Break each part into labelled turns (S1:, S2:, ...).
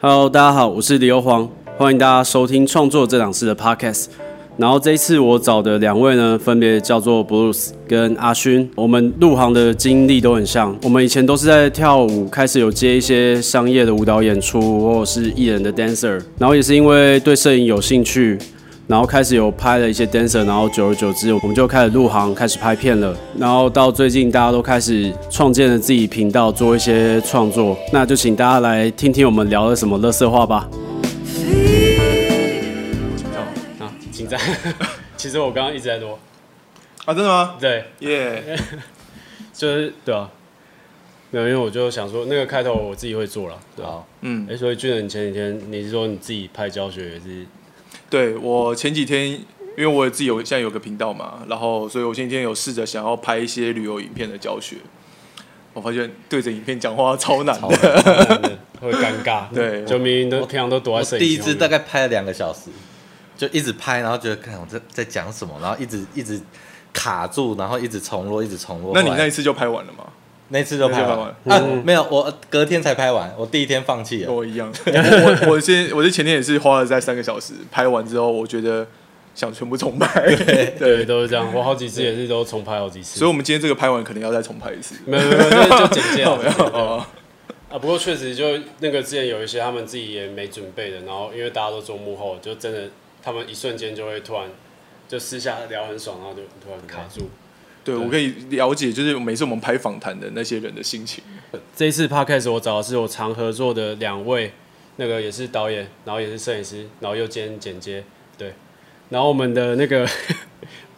S1: Hello，大家好，我是李欧黄，欢迎大家收听《创作这档事》的 Podcast。然后这一次我找的两位呢，分别叫做 Bruce 跟阿勋。我们入行的经历都很像，我们以前都是在跳舞，开始有接一些商业的舞蹈演出，或者是艺人的 dancer。然后也是因为对摄影有兴趣，然后开始有拍了一些 dancer，然后久而久之，我们就开始入行，开始拍片了。然后到最近，大家都开始创建了自己频道，做一些创作。那就请大家来听听我们聊了什么乐色话吧。啊，紧张。其实我刚刚一直在挪，
S2: 啊，真的吗？
S1: 对，
S2: 耶、
S1: 就是对啊，没有，因为我就想说那个开头我自己会做了，对啊。
S2: 嗯
S1: 哎、，所以俊仁前几天你是说你自己拍教学也 是
S2: 对我前几天，因为我自己有现在有个频道嘛，然后所以我前几天有试着想要拍一些旅游影片的教学，我发现对着影片讲话超难的，
S1: 会尴尬，
S2: 对
S1: 就明明都平常都躲
S3: 我
S1: 在摄影
S3: 第一
S1: 机后
S3: 支
S1: 面
S3: 大概拍了两个小时，就一直拍，然后觉得看我在在讲什么，然后一直一直卡住，然后一直重录，一直重录。
S2: 那你
S3: 后
S2: 那
S3: 来
S2: 一次就拍完了吗？
S3: 那次就拍完
S2: 那
S3: 了
S2: 次
S3: 啊？没有，我隔天才拍完，我第一天放弃
S2: 跟
S3: 了。
S2: 我一 样，我我我先我是前天也是花了在三个小时，拍完之后我觉得想全部重拍， 对，
S1: 对，都是这样。我好几次也是都重拍好几次，
S2: 所以我们今天这个拍完可能要再重拍一 次，
S1: 没有没有，没有就是就简 介
S2: 没有
S1: 啊。
S2: 哦
S1: 啊，不过确实就那个之前有一些他们自己也没准备的，然后因为大家都做幕后，就真的他们一瞬间就会突然就私下聊很爽，然后就突然卡住。
S2: 对，我可以了解，就是每次我们拍访谈的那些人的心情。
S1: 这一次 podcast 我找的是我常合作的两位，那个也是导演，然后也是摄影师，然后又兼剪接，对。然后我们的那个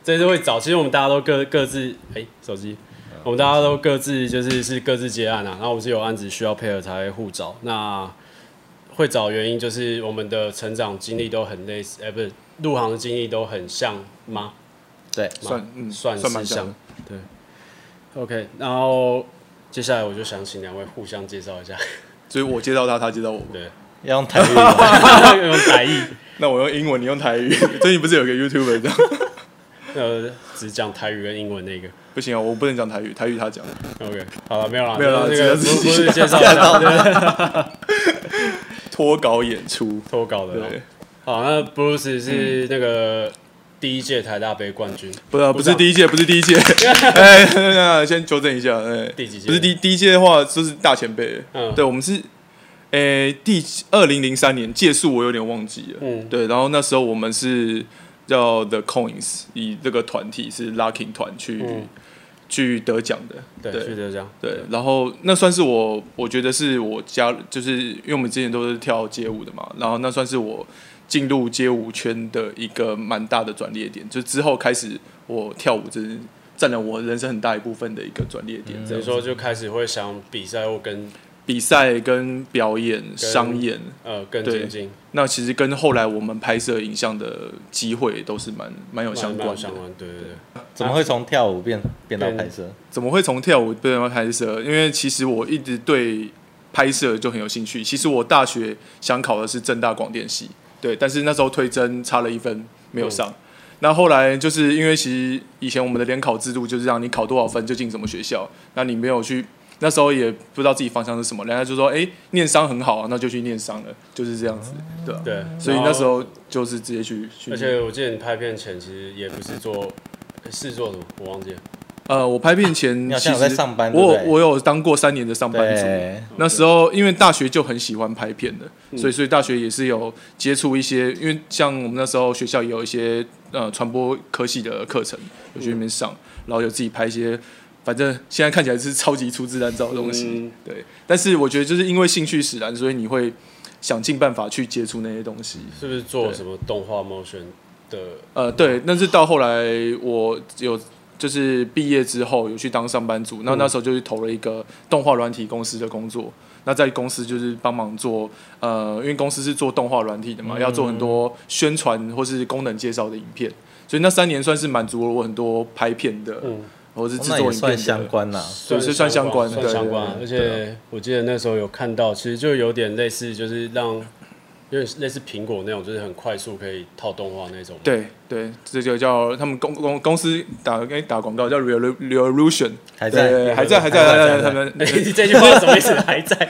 S1: 这次会找，其实我们大家都各各自哎、手机，我们大家都各自就是是各自接案啊，然后我们是有案子需要配合才会互找。那会找原因就是我们的成长经历都很类似，哎、不是入行的经历都很像吗？
S3: 对，
S2: 算嗯
S1: 算
S2: 算
S1: 是
S2: 蛮像
S1: 像
S2: 的，
S1: 对。OK，然后接下来我就想请两位互相介绍一下，
S2: 所以我接到他，他接到我。
S1: 对，
S3: 要用台 语吗
S1: 用台语，
S2: 那我用英文，你 用台语。最近不是有个 YouTuber 这样？
S1: 呃，只讲台语跟英文那个。
S2: 不行啊，我不能讲台语，台语他讲。
S1: OK，好了，没有了，
S2: 没有啦
S1: 就是那个
S2: 只
S1: 不不
S2: 是
S1: 是介绍一下对
S2: 脱稿演出，
S1: 脱稿的啦。
S2: 对，
S1: 好，那 Bruce 是那个第一届台大杯冠军，
S2: 不是啊不是第
S1: 一，
S2: 一届，不是第 一届。哎，那先纠正一下，哎，
S1: 第几届
S2: 不是第第一届的话，就是大前辈。
S1: 嗯
S2: 对，我们是，哎，第二零零三年届数我有点忘记了。
S1: 嗯，
S2: 对，然后那时候我们是叫 The Coins，以这个团体是 Locking 团去
S1: 嗯
S2: 去得奖的。
S1: 对，去得奖，
S2: 对，然后那算是我，我觉得是我加，就是因为我们之前都是跳街舞的嘛，然后那算是我进入街舞圈的一个蛮大的转捩点，就之后开始我跳舞，真占了我人生很大一部分的一个转捩点。
S1: 所
S2: 这
S1: 以
S2: 样
S1: 嗯说就开始会想比赛或跟
S2: 比赛跟表演、商演，
S1: 呃更
S2: 对
S1: 精进，
S2: 那其实跟后来我们拍摄影像的机会都是蛮蛮有
S1: 蛮
S2: 相
S1: 蛮有
S2: 关的
S1: 相。关，对对对，
S3: 怎么会从跳舞变变到拍摄？
S2: 怎么会从跳舞变到拍摄？因为其实我一直对拍摄就很有兴趣。其实我大学想考的是正大广电系，对，但是那时候推甄差了一分没有
S3: 嗯
S2: 上。那后来就是因为其实以前我们的联考制度就是让你考多少分就进什么学校，那你没有去，那时候也不知道自己方向是什么，人家就说哎、念商很好啊，那就去念商了，就是这样子，对啊、
S1: 对，
S2: 所以
S1: 然后
S2: 那时候就是直接去去
S1: 而
S2: 念。
S1: 且我记得你拍片前其实也不是做，是做什么我忘记了。
S2: 呃，我拍片前
S3: 你好
S2: 其
S3: 像有
S2: 实
S3: 在上班
S2: 我
S3: 对不对
S2: 我有当过三年的上班族。
S3: 对，
S2: 那时候因为大学就很喜欢拍片的，所以所以大学也是有接触一些，因为像我们那时候学校也有一些呃传播科系的课程，有去那边上，然后有自己拍一些，反正现在看起来是超级粗制滥造的东西，
S1: 嗯
S2: 对。但是我觉得就是因为兴趣使然，所以你会想尽办法去接触那些东西。
S1: 是不是做什么动画 motion 的？
S2: 呃，对，但是到后来我有就是毕业之后有去当上班族，那那时候就是投了一个动画软体公司的工作。那在公司就是帮忙做，呃，因为公司是做动画软体的
S3: 嗯
S2: 嘛，要做很多宣传或是功能介绍的影片，所以那三年算是满足了我很多拍片的，
S1: 嗯，
S2: 或是
S3: 哦
S2: 制
S3: 那
S2: 作
S3: 也
S2: 影片
S3: 算
S2: 的
S3: 相，关呐。
S2: 对是算相关
S1: 算
S2: 对
S1: 相关。而
S2: 对对啊
S1: 且我记得那时候有看到，其实就有点类似，就是让
S4: 有点类似苹果那种，就是很快速可以套动画那种。，
S2: 对对，这就叫他们公公公司打给打广告叫 Revolu- Revolution，
S3: 还在
S2: 对还在还在还在他们
S4: 哎、 这句话是什么意思？还在？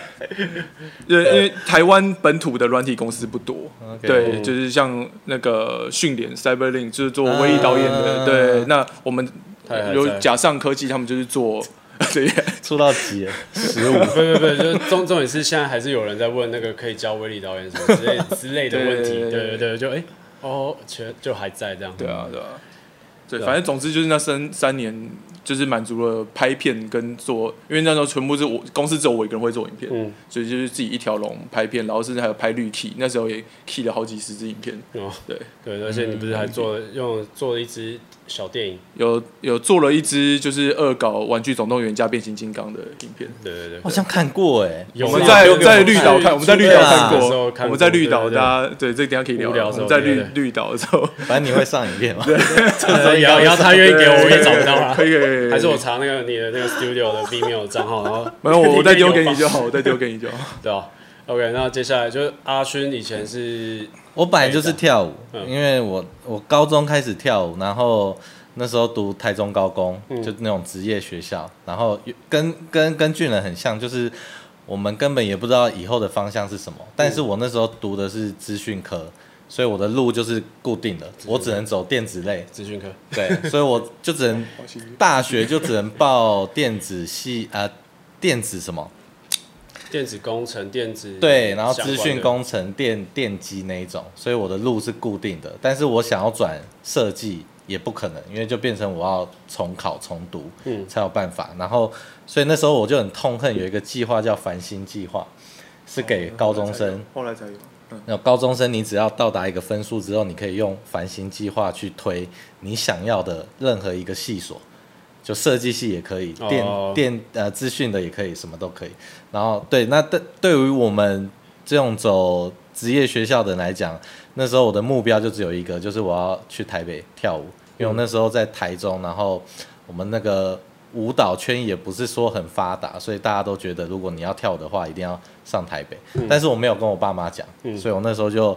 S2: 因为因为台湾本土的软体公司不多
S3: OK
S2: 对，就是像那个迅联 Cyberlink 就是做微艺导演的，对，那我们
S4: 他也还
S2: 有
S4: 在
S2: 假上科技，他们就是做 这些，
S3: 出 到几了？十五
S4: 不不不，就是重重点是现在还是有人在问那个可以教威力导演什么之类之类的问题。
S2: 对
S4: 对
S2: 对
S4: 对
S2: 对
S4: 对，就哎、哦，全就还在这样。
S2: 对啊，对啊，对，
S4: 对啊
S2: 反正总之就是那三三年，就是满足了拍片跟做，因为那时候全部是我公司只有我一个人会做影片，
S4: 嗯
S2: 所以就是自己一条龙拍片，然后甚至还有拍绿 key，那时候也 key 了好几十支影片，
S4: 哦，
S2: 对，
S4: 对，而且你不是还做了
S2: 嗯
S4: 用做了一支小电影？
S2: 有有做了一支就是恶搞《玩具总动员》加变形金刚的影片。
S4: 对对对
S2: 哦
S3: 好，像看过哎、
S4: 有
S2: 我们
S4: 吗
S2: 在
S4: 有给
S2: 在
S4: 们
S2: 绿岛看，我们在绿岛
S3: 啊
S2: 看
S4: 出来的啊时候
S2: 过，
S4: 看
S2: 我们在绿岛，
S4: 对对对
S2: 大家对这个等一下可以聊。
S4: 无聊的
S2: 我
S4: 时候
S2: 们在
S4: 对
S2: 绿
S4: 对
S2: 绿岛的时候，
S3: 反正你会上影片嘛？
S4: 呃也要也要他愿意给我，我也找不到啊。
S2: 可以可以可以可以，
S4: 还是我查那个你的那个 studio 的 Vimeo 的账号，然后
S2: 没有，我我再丢给你就
S4: 好，
S2: 好，我再丢给你就 好。
S4: 对啊 OK，那接下来就是阿勋以前是
S3: 我本来就是跳舞，
S4: 嗯
S3: 因为我我高中开始跳舞，然后那时候读台中高工，就那种职业学校，然后跟跟跟俊人很像，就是我们根本也不知道以后的方向是什么。但是我那时候读的是资讯科，所以我的路就是固定的，我只能走电子类。
S4: 资讯科，
S3: 对， 所以我就只能
S2: 幸运
S3: 大学就只能报电子系啊、呃电子什么
S4: 电子工程、电子
S3: 对，然后
S4: 相关
S3: 资
S4: 的
S3: 讯工程、电电机那一种，所以我的路是固定的。但是我想要转设计也不可能，因为就变成我要重考重读，
S4: 嗯
S3: 才有办法。然后，所以那时候我就很痛恨有一个计划叫繁星计划，是给高中生。
S2: 后哦来才有，嗯，
S3: 那高中生，你只要到达一个分数之后，你可以用繁星计划去推你想要的任何一个系所，就设计系也可以，
S4: 哦
S3: 电、电呃资讯的也可以，什么都可以。然后对，那对对于我们这种走职业学校的人来讲，那时候我的目标就只有一个，就是我要去台北跳舞，因为我那时候在台中，然后我们那个舞蹈圈也不是说很发达，所以大家都觉得如果你要跳舞的话，一定要上台北。但是我没有跟我爸妈讲，
S4: 嗯
S3: 所以我那时候就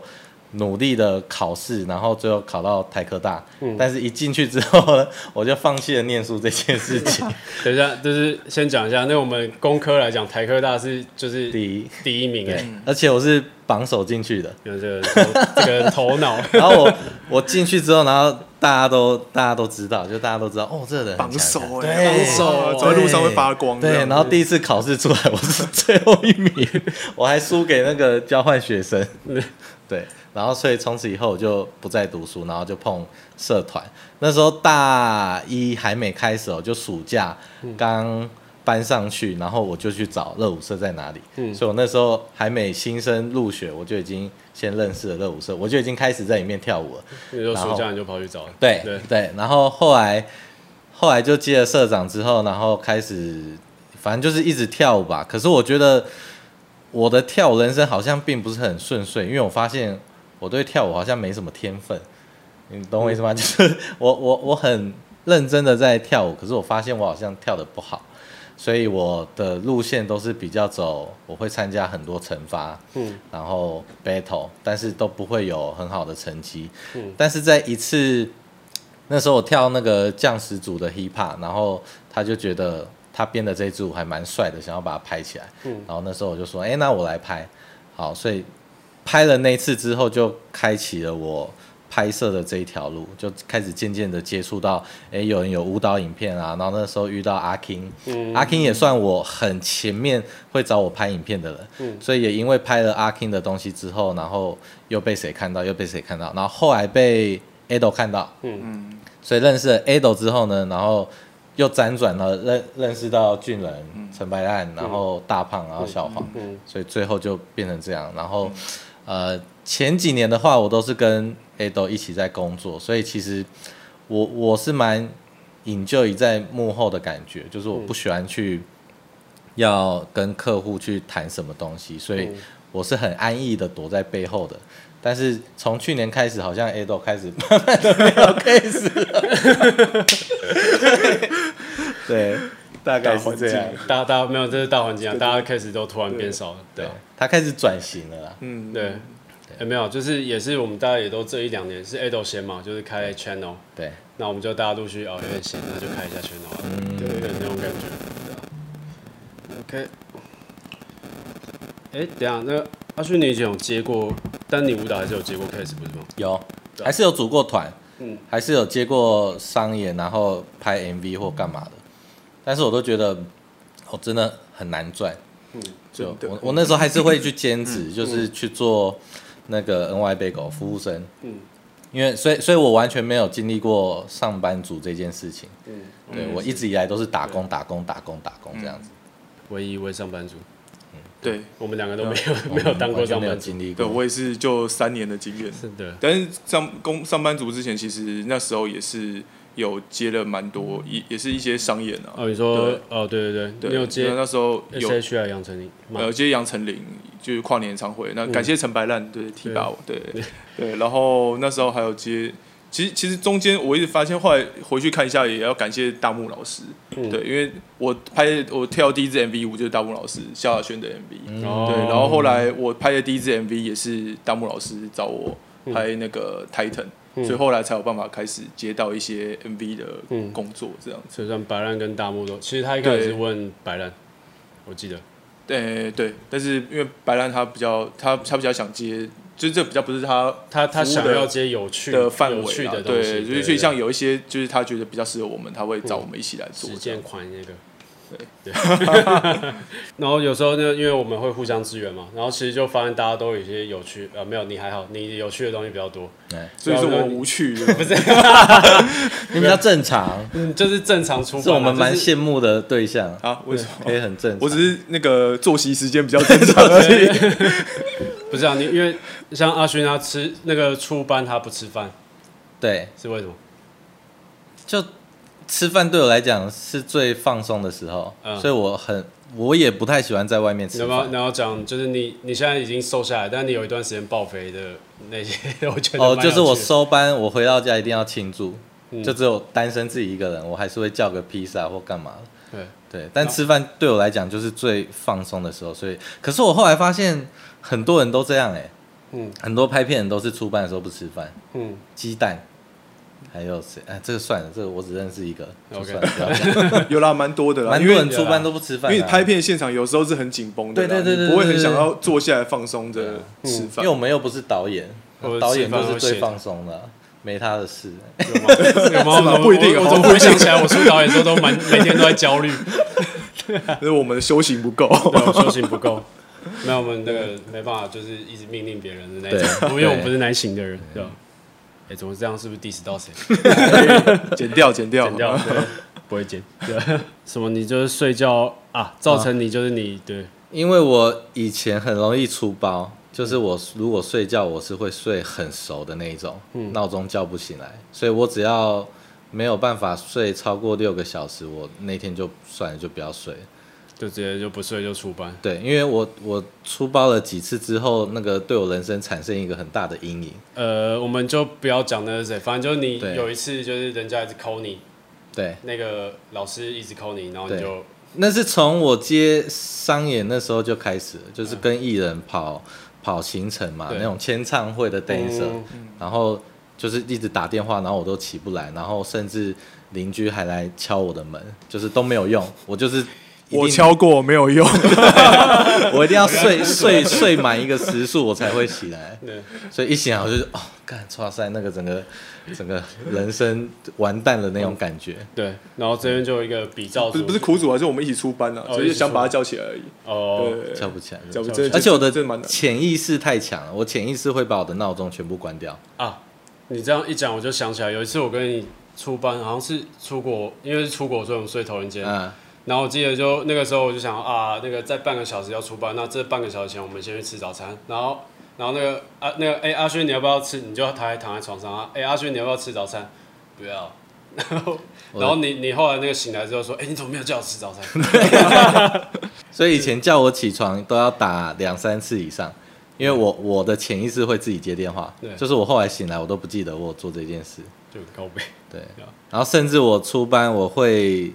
S3: 努力的考试，然后最后考到台科大。但是一进去之后呢，我就放弃了念书这件事情。
S4: 等一下，就是先讲一下，那我们工科来讲，台科大是就是
S3: 第一，
S4: 第一名哎、欸，
S3: 而且我是榜首进去的。
S4: 有这个头这个头 脑，
S3: 然后我我进去之后，然后大家都大家都知道，就大家都知道哦，这个人很
S2: 榜首
S3: 强
S2: 哎，榜首走在路上会发光。
S3: 对，
S2: 这样
S3: 然后第一次考试出来，我是最后一名，我还输给那个交换学生。 对，然后所以从此以后我就不再读书，然后就碰社团。那时候大一还没开始哦，就暑假刚搬上去，然后我就去找热舞社在哪里。
S4: 嗯
S3: 所以我那时候还没新生入学，我就已经先认识了热舞社，我就已经开始在里面跳舞了。
S4: 你说
S3: 然后
S4: 暑假你就跑去找，
S3: 对
S4: 对，
S3: 对，然后后来后来就接了社长之后，然后开始反正就是一直跳舞吧。可是我觉得我的跳舞人生好像并不是很顺遂，因为我发现我对跳舞好像没什么天分，你懂我意思吗？ 就是我我我很认真的在跳舞，可是我发现我好像跳的不好。所以我的路线都是比较走，我会参加很多惩罚，
S4: 嗯
S3: 然后 battle，但是都不会有很好的成绩。
S4: 嗯
S3: 但是在一次，那时候我跳那个降十组的 hip hop，然后他就觉得他编的这一支舞还蛮帅的，想要把它拍起来。
S4: 嗯
S3: 然后那时候我就说，哎、那我来拍。好，所以拍了那一次之后，就开启了我拍摄的这一条路，就开始渐渐的接触到，哎、有人有舞蹈影片啊，然后那时候遇到阿 King，、
S4: 嗯
S3: 阿 King 也算我很前面会找我拍影片的人，
S4: 嗯
S3: 所以也因为拍了阿 King 的东西之后，然后又被谁看到，又被谁看到，然后后来被 Ado 看到，
S4: 嗯
S2: 嗯，
S3: 所以认识了 Ado 之后呢，然后又辗转了认认识到俊仁、陈白烂，然后大胖，然后小黄，
S4: 嗯
S3: 所以最后就变成这样。然后，呃，前几年的话，我都是跟 Ado 一起在工作，所以其实我我是蛮 enjoy 在幕后的感觉，就是我不喜欢去要跟客户去谈什么东西，所以
S4: 嗯
S3: 我是很安逸的躲在背后的。但是从去年开始，好像 Ado 开始慢慢的没有 case 了，对，大概是这样。
S4: 大大没有，这是大环境啊，大家开始都突然变少了，对
S3: 对，他开始转型了啦。
S2: 嗯，
S4: 对，
S1: 哎、没有，就是也是我们大家也都这一两年是 Ado 先嘛，就是开 channel，
S3: 对，
S1: 那我们就大家陆续哦有点闲，那就开一下 channel，啊
S2: 对对
S1: 对
S2: 对，
S1: 那种感觉。对啊 OK，哎、等一下那个阿勋，你以前有接过丹尼舞蹈还是有接过 case 不是吗？
S3: 有，
S1: 对啊
S3: 还是有组过团，
S1: 嗯
S3: 还是有接过商演，然后拍 MV 或干嘛的，但是我都觉得我真的很难赚，就
S2: 真的
S3: 我我那时候还是会去兼职，就是去做那个 NY 贝狗服务生，
S1: 嗯
S3: 因为所以所以我完全没有经历过上班族这件事情，
S1: 嗯，
S3: 对我一直以来都是打工打工打工打工这样子，
S1: 唯一一位上班族，
S2: 对啊哦
S1: 我们两个都没有、 没有当过
S3: 完全
S1: 上
S3: 没有
S1: 班族，
S3: 经历
S2: 对，
S3: 过，
S2: 我也是就三年的经验。
S1: 是的，
S2: 但是上工上班族之前，其实那时候也是有接了蛮多，也也是一些商演啊。
S1: 哦，你说
S2: 对
S1: 哦，对对对，
S2: 对，
S1: 你有
S2: 那
S1: 接
S2: 那时候有
S1: SHI 杨丞琳吗？嗯
S2: 呃接杨丞琳，就是跨年演唱会。那感谢陈白烂对提拔我，对 对。然后那时候还有接，其实其实中间我一直发现，后来回去看一下，也要感谢大木老师，
S1: 嗯
S2: 对，因为我拍我跳第一支 MV 舞就是大木老师萧亚轩的 MV，、
S1: 哦
S2: 对，然后后来我拍的第一支 MV 也是大木老师找我
S1: 嗯
S2: 拍那个 Titan，、所以后来才有办法开始接到一些 MV 的
S1: 嗯
S2: 工作这样子。
S1: 所以算白烂跟大木都，其实他一开始是问白烂，我记得，
S2: 对对，但是因为白兰他比较他他比较想接，就是这比较不是他
S1: 他他
S2: 服务
S1: 想
S2: 的
S1: 要接有趣
S2: 的范围
S1: 有趣
S2: 啦
S1: 的东西，
S2: 对，就是所以像有一些就是他觉得比较适合我们，他会找我们一起来做
S1: 实
S2: 这样。
S1: 践款那个。
S2: 对
S1: 对， 然后有时候呢，因为我们会互相支援嘛，然后其实就发现大家都有一些有趣，呃，没有你还好，你有趣的东西比较多，
S3: 哎
S2: 所以说
S1: 然
S2: 我
S1: 后呢
S2: 无趣，
S1: 不是，
S3: 你比较正常，
S1: 嗯，就是正常出发嘛，
S3: 是我们蛮
S1: 就是
S3: 羡慕的对象，
S2: 啊？为什么？
S3: 可以很正常，
S2: 我只是那个作息时间比较正常 而已。
S1: 不是啊，你因为像阿勋他吃那个出班他不吃饭
S3: 对。
S1: 是为什么？
S3: 就吃饭对我来讲是最放松的时候，
S1: 嗯
S3: 所以我很我也不太喜欢在外面
S1: 你
S3: 吃
S1: 要不要
S3: 饭
S1: 你。要讲，就是你你现在已经瘦下来，但你有一段时间爆肥的那些， 我觉得
S3: 哦，
S1: 蛮有趣
S3: 就
S1: 的
S3: 是我收班，我回到家一定要庆祝，
S1: 嗯
S3: 就只有单身自己一个人，我还是会叫个披萨或干嘛的
S1: 对，
S3: 对，但吃饭对我来讲就是最放松的时候，所以可是我后来发现很多人都这样哎、
S1: 嗯
S3: 很多拍片人都是出班的时候不吃饭，
S1: 嗯。
S3: 鸡蛋。还有谁？哎，这个算了，这个我只认识一个，就
S1: OK
S3: 算了，不 要讲。
S2: 有啦，蛮多的啦，
S3: 蛮
S2: 因
S3: 多
S2: 为
S3: 人出班都不吃
S2: 因
S3: 饭、啊，
S2: 为拍片现场有时候是很紧绷的啦，
S3: 对对对对
S2: 你不会
S3: 对对
S2: 很
S3: 对
S2: 想要坐下来放松着吃
S3: 因
S2: 饭
S3: 为。我们又不是导演
S1: 我们，
S3: 导演
S1: 吃饭
S3: 就
S1: 会
S3: 是最
S1: 协调
S3: 放松的啊，没他的事。
S1: 有吗？有吗？
S2: 是吗
S1: 我
S2: 不一定
S1: 我我
S2: 好
S1: 怎
S2: 像
S1: 么回想起来，我出导演的时候都蛮每天都在焦虑，
S2: 就是我们的修行不够。
S1: 对，我修行不够。 没有，我们那个没办法，就是一直命令别人的那种，
S3: 对
S1: 因为我们不是难行的人，对吧？哎，怎么这样？是不是 diss 到谁？
S2: 剪掉，剪掉，啊
S1: 剪掉，对，不会剪。对，什么？你就是睡觉啊，造成你就是你对，
S3: 因为我以前很容易出包，就是我如果睡觉，我是会睡很熟的那一种，闹钟叫不醒来，所以我只要没有办法睡超过六个小时，我那天就算了，就不要睡。
S1: 就直接就不睡就出班。
S3: 对，因为我我出包了几次之后，那个对我人生产生一个很大的阴影。
S1: 呃，我们就不要讲那是谁，反正就是你
S3: 对
S1: 有一次就是人家一直抠你，
S3: 对，
S1: 那个老师一直抠你，然后你
S3: 对
S1: 就
S3: 那是从我接商演那时候就开始了，就是跟艺人跑、跑行程嘛，
S1: 对
S3: 那种签唱会的 dancer，、
S2: 哦
S1: 嗯
S3: 然后就是一直打电话，然后我都起不来，然后甚至邻居还来敲我的门，就是都没有用，我就是一定
S2: 我敲过没有用，
S3: 我一定 要睡睡睡满一个时数，我才会起来，
S1: 对，
S3: 所以一醒来我就是哦，干，哇塞，那个整个整个人生完蛋了那种感觉，
S2: 嗯
S1: 对，然后这边就有一个比照
S2: 不是
S1: 组，
S2: 不是苦主啊，是我们一起出班啊，
S1: 哦
S2: 只是
S1: 一起
S2: 想
S1: 出
S2: 把他
S1: 班
S2: 叫起来而已。
S1: 哦，
S2: 对，
S3: 叫不起来了。
S2: 叫不
S1: 叫
S2: 真
S1: 不
S2: 的
S3: 而且我的
S2: 真的蛮难。
S3: 潜意识太强了，我潜意识会把我的闹钟全部关掉。
S1: 啊，你这样一讲，我就想起来有一次我跟你出班，好像是出国，因为是出国，所以我们睡头人间。
S2: 嗯
S3: 啊，
S1: 然后我记得就那个时候我就想啊，那个在半个小时要出班，那这半个小时前我们先去吃早餐，然后。然后那个啊，那个哎、阿轩，你要不要吃？你就躺在躺在床上啊。哎、阿轩，你要不要吃早餐？不要。 然后，
S3: 我
S1: 然后你你后来那个醒来之后说，哎、你怎么没有叫我吃早餐？
S3: 所以以前叫我起床都要打两三次以上，因为我我的潜意识会自己接电话
S1: 嗯对，
S3: 就是我后来醒来我都不记得我有做这件事，
S1: 就很 高背。
S3: 对
S1: 对啊，
S3: 然后甚至我出班我会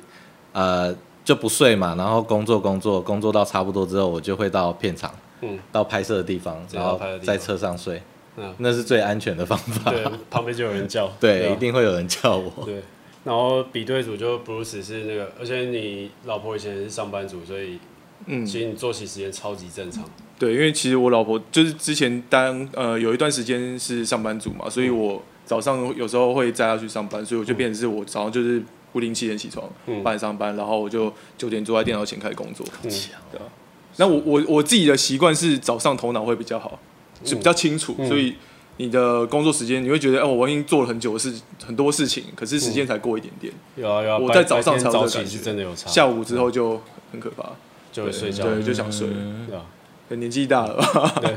S3: 呃就不睡嘛，然后工作工作工作到差不多之后，我就会到片场，
S1: 嗯
S3: 到拍摄的地方，
S1: 直接
S3: 然
S1: 到
S3: 后
S1: 拍摄的地方
S3: 在车上睡
S1: 嗯，
S3: 那是最安全的方法。
S1: 对，旁边就有人叫，
S3: 对，
S1: 啊
S3: 一定会有人叫我。
S1: 对。然后比对组就 Bruce 是那个，而且你老婆以前是上班族，所以
S2: 嗯，
S1: 其实你作息时间超级正常。
S2: 对，因为其实我老婆就是之前当呃有一段时间是上班族嘛，所以
S3: 嗯
S2: 我早上有时候会载她去上班，所以我就变成是我早上就是固定七点起床，
S1: 嗯
S2: 八点上班，然后我就九点坐在电脑前开始工作。
S1: 嗯
S2: 对
S3: 哦
S2: 啊那我我我自己的习惯是早上头脑会比较好，就
S3: 嗯
S2: 比较清楚，所以你的工作时间你会觉得，哦，我已经做了很久的事，很多事情，可是时
S3: 嗯
S2: 间才过一点点，
S1: 有啊有啊，
S2: 我
S1: 白
S2: 在早上
S1: 白天
S2: 才有这
S1: 早
S2: 个
S1: 起
S2: 感
S1: 是
S2: 觉
S1: 真的有差，
S2: 下午之后
S3: 嗯
S2: 就很可怕，
S1: 就会睡觉，
S2: 对，就想睡了，
S1: 对啊。
S2: 年纪大了吧，
S1: 对，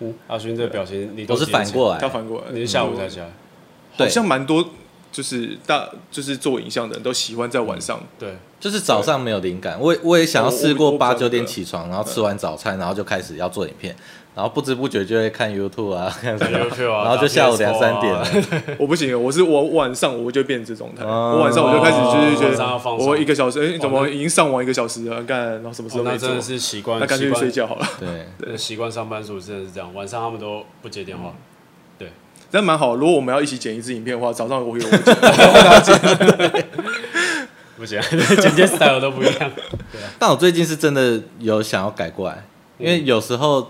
S1: 嗯，阿勋这表情你都
S3: 我是
S1: 几点
S3: 反过
S2: 他
S3: 来，
S2: 反过来，
S1: 起，你是下午才起来，
S2: 好
S3: 哎嗯对，
S2: 像蛮多就是大就是做影像的人都喜欢在晚上，
S1: 对，
S3: 就是早上没有灵感。我也我也想要试过
S2: 我我不知道
S3: 八
S2: 这
S3: 九
S2: 个
S3: 点起床，然后吃完早餐，然后就开始要做影片，然后不知不觉就会看 YouTube 啊，看什么，
S1: YouTube 啊
S3: 然后就下午两三点
S1: 打哦
S3: 了。
S2: 我不行，我是我晚上我就变成这状态，
S3: 哦
S2: 我晚上我就开始就是觉
S1: 晚上要放
S2: 得
S1: 松
S2: 我一个小时，哎、怎
S1: 哦
S2: 么
S1: 那
S2: 已经上网一个小时了，干，然后什么事
S1: 哦
S2: 都
S1: 那
S2: 没做
S1: 真，的是习惯，
S2: 那干
S1: 习
S2: 脆去
S1: 惯
S2: 睡。觉好了。
S3: 对，
S1: 那习惯上班族真的是这样，晚上他们都不接电话，
S2: 但蛮好，如果我们要一起剪一支影片的话，早上我有我
S1: 不行，剪接 style 都不一 样。
S3: 但我最近是真的有想要改过来，因为有时候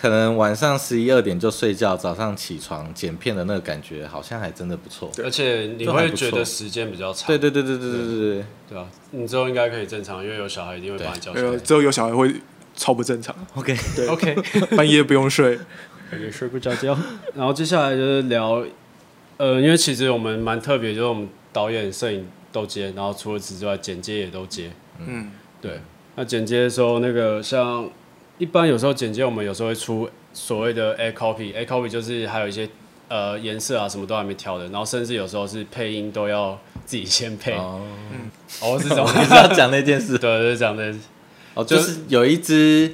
S3: 可能晚上十一二点就睡觉，早上起床剪片的那个感觉，好像还真的不错。
S1: 而且你
S3: 这还
S1: 会
S3: 不
S1: 觉
S3: 错
S1: 得时间比较长，
S3: 对对对对对对对对，
S1: 对啊，你之后应该可以正常，因为有小孩一定会把你叫 起
S2: 呃
S1: 来。
S2: 之后有小孩会超不正常，
S3: OK，
S1: OK，
S2: 半夜不用睡，
S4: 也睡过觉觉。
S1: 然后接下来就是聊，呃，因为其实我们蛮特别，就是我们导演、摄影都接，然后除此之外，剪接也都接。
S2: 嗯，
S1: 对，那剪接的时候，那个像一般有时候剪接，我们有时候会出所谓的 air copy，air copy 就是还有一些呃颜色啊什么都还没调的，然后甚至有时候是配音都要自己先配， 哦，
S3: 哦，
S1: 是 这种，
S3: 你是要讲那件事
S1: 对，就是这样的
S3: 哦，就是有一支，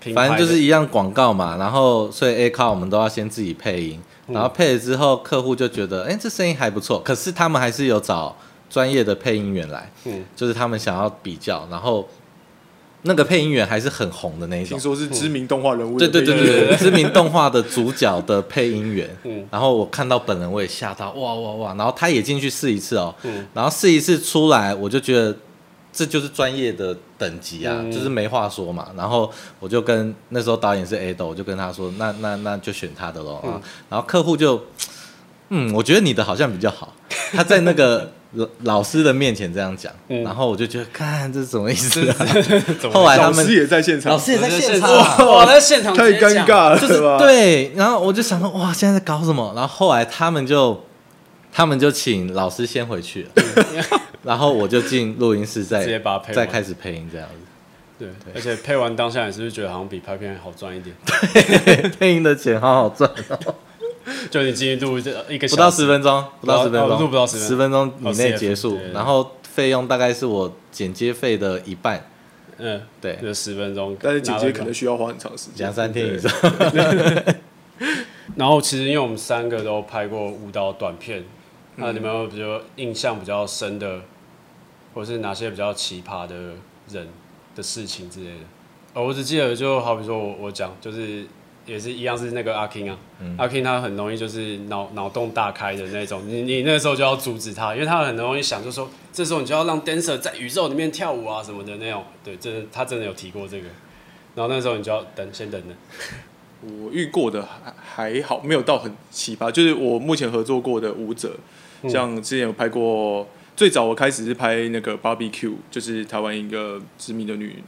S1: 品牌
S3: 反
S1: 的，
S3: 正就是一样广告嘛，然后所以 A 靠我们都要先自己配音，
S1: 嗯
S3: 然后配了之后，客户就觉得，哎，这声音还不错，可是他们还是有找专业的配音员来，
S1: 嗯
S3: 就是他们想要比较，然后那个配音员还是很红的那一种
S2: 听。说是知名动画人物
S3: 对
S2: 的配
S3: 对
S2: 音，
S3: 对对对，知名动画的主角的配音员，
S1: 嗯
S3: 然后我看到本人我也吓到，哇哇哇！然后他也进去试一次哦，
S1: 嗯
S3: 然后试一次出来，我就觉得这就是专业的等级啊，
S1: 嗯
S3: 就是没话说嘛。然后我就跟那时候导演是 A 豆，我就跟他说，那那那就选他的喽、啊。然后客户就，嗯，我觉得你的好像比较好。他在那个老老师的面前这样讲，
S1: 嗯
S3: 然后我就觉得，看这是什么意思、啊？
S1: 怎么
S3: 后来他
S2: 老
S3: 们
S2: 师也在现场
S3: 老，师也在现场啊、
S1: 哇，我在现场
S2: 太
S1: 直接
S2: 尴
S1: 讲，
S2: 尬了，
S3: 就是
S2: 吧？
S3: 对，然后我就想说，哇，现在在搞什么？然后后来他们就，他们就请老师先回去了， 然后我就进录音室再
S1: 直接把它配完
S3: 再开始配音这样子，
S1: 对，而且配完当下，你是不是觉得好像比拍片好赚一点？
S3: 配音的钱好好赚哦，
S1: 就你进去录这一个小时
S3: 不到十分钟，不到十分
S1: 哦
S3: 钟，
S1: 录不到10分钟
S3: 十分钟以内
S1: 哦
S3: 结束
S1: 对，
S3: 然后费用大概是我剪接费的一半，
S1: 嗯，
S3: 对
S1: 就十分钟，
S2: 但是姐姐
S1: 拿了
S2: 可能需要花很长时间
S3: 两，三天以上，
S1: 然后其实因为我们三个都拍过舞蹈短片，那你们有比较印象比较深的，或是哪些比较奇葩的人的事情之类的？哦，我只记得就好比说我我讲就是也是一样是那个阿 King 啊，阿 King 他很容易就是脑脑洞大开的那种，你你那时候就要阻止他，因为他很容易想就说这时候你就要让 dancer 在宇宙里面跳舞啊什么的那种，对，真的他真的有提过这个，然后那时候你就要等先等等，
S2: 我遇过的还还好，没有到很奇葩。就是我目前合作过的舞者，
S3: 嗯
S2: 像之前有拍过，最早我开始是拍那个 Barbecue，就是台湾一个知名的女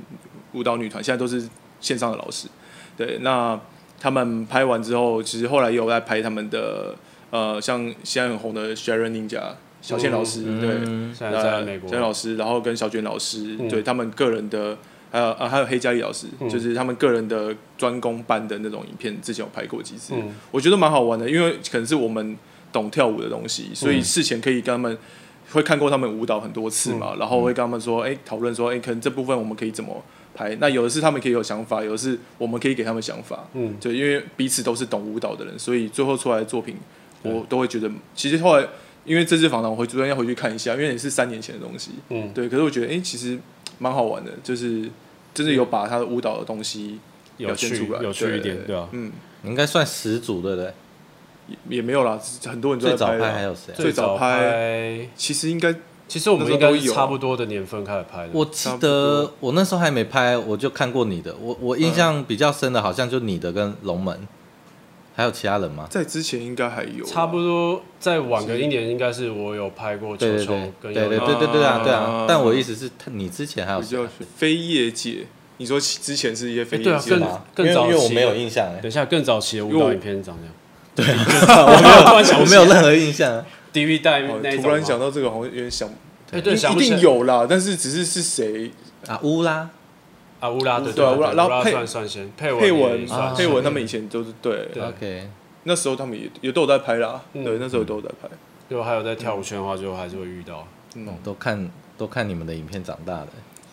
S2: 舞蹈女团，现在都是线上的老师。对，那他们拍完之后，其实后来也有在拍他们的呃，像现在很红的 Sharon Ninja 小倩老师，对，
S3: 嗯
S1: 现在在美国
S2: 郑老师，然后跟小娟老师，
S1: 嗯
S2: 对他们个人的，还有啊还有黑嘉丽老师，
S1: 嗯
S2: 就是他们个人的专攻班的那种影片，之前有拍过几次，
S1: 嗯
S2: 我觉得蛮好玩的，因为可能是我们懂跳舞的东西，所
S1: 嗯
S2: 以事前可以跟他们。会看过他们舞蹈很多次
S1: 嗯
S2: 嘛，然后会跟他们说，哎、讨论说，哎、可能这部分我们可以怎么拍？那有的是他们可以有想法，有的是我们可以给他们想法。
S1: 嗯，
S2: 对，因为彼此都是懂舞蹈的人，所以最后出来的作品，我都会觉得，其实后来因为这次访谈，我回主任要回去看一下，因为也是三年前的东西，
S1: 嗯
S2: 对。可是我觉得，哎、其实蛮好玩的，就是真的有把他的舞蹈的东西
S1: 有
S2: 表现
S1: 趣
S2: 出来
S1: 有趣一点，
S2: 对
S1: 对啊吧？
S2: 嗯，
S3: 你应该算始祖对不对？
S2: 也也没有啦，很多人都在
S3: 最早
S2: 啦
S3: 拍还有谁啊？
S2: 最早
S1: 早拍，
S2: 其实应该
S1: 其实我
S2: 那
S1: 们
S2: 时候
S1: 应该
S2: 都
S1: 是
S2: 有
S1: 差不多的年份开始拍的。
S3: 我记
S2: 差不
S3: 得
S2: 多
S3: 我那时候还没拍，我就看过你的。我我印象比较深的，好像就你的跟龙门，还有其他人吗？
S2: 在之前应该还有啊啦，
S1: 差不多再晚个一年，应该是我有拍过球
S3: 对对
S1: 球
S3: 对
S1: 跟
S3: 对对对
S1: 有
S2: 悠悠
S3: 对对啊对啊
S2: 啊！
S3: 但我意思是，他你之前还有
S2: 比
S3: 谁
S2: 较
S3: 啊
S2: 非业界。你说其之前是一些非
S1: 哎
S2: 业
S1: 对啊
S2: 界
S1: 更
S2: 吗，
S3: 吗
S1: 更
S3: 因为
S1: 早
S3: 因为我
S1: 期
S3: 没有
S1: 的
S3: 印象欸，
S1: 等一下更早期的舞
S2: 因为
S1: 蹈
S2: 我
S1: 影片是长这样。
S3: 我没有突然
S1: 想
S3: 我没有任何印象啊。
S1: DV 带
S2: 哦
S1: 那一种吗
S2: 突然想，到这个好像有点想，
S1: 哎，对，想
S2: 一
S1: 不起来
S2: 定有啦，但是只是是谁
S3: 啊乌拉，
S1: 啊，乌拉对
S2: 对啊乌拉然
S1: 拉
S2: 后佩
S1: 算算先，配
S2: 配文
S1: 哦
S2: 啊
S1: 也算
S2: 配文
S1: 先
S2: 他们以前都是对，
S1: 对
S3: OK，
S2: 那时候他们也也都有在拍啦，
S1: 嗯
S2: 对，那时候也都有在拍，
S1: 就还有在跳舞圈的话，就还是会遇到。
S3: 嗯都看都看你们的影片长大的。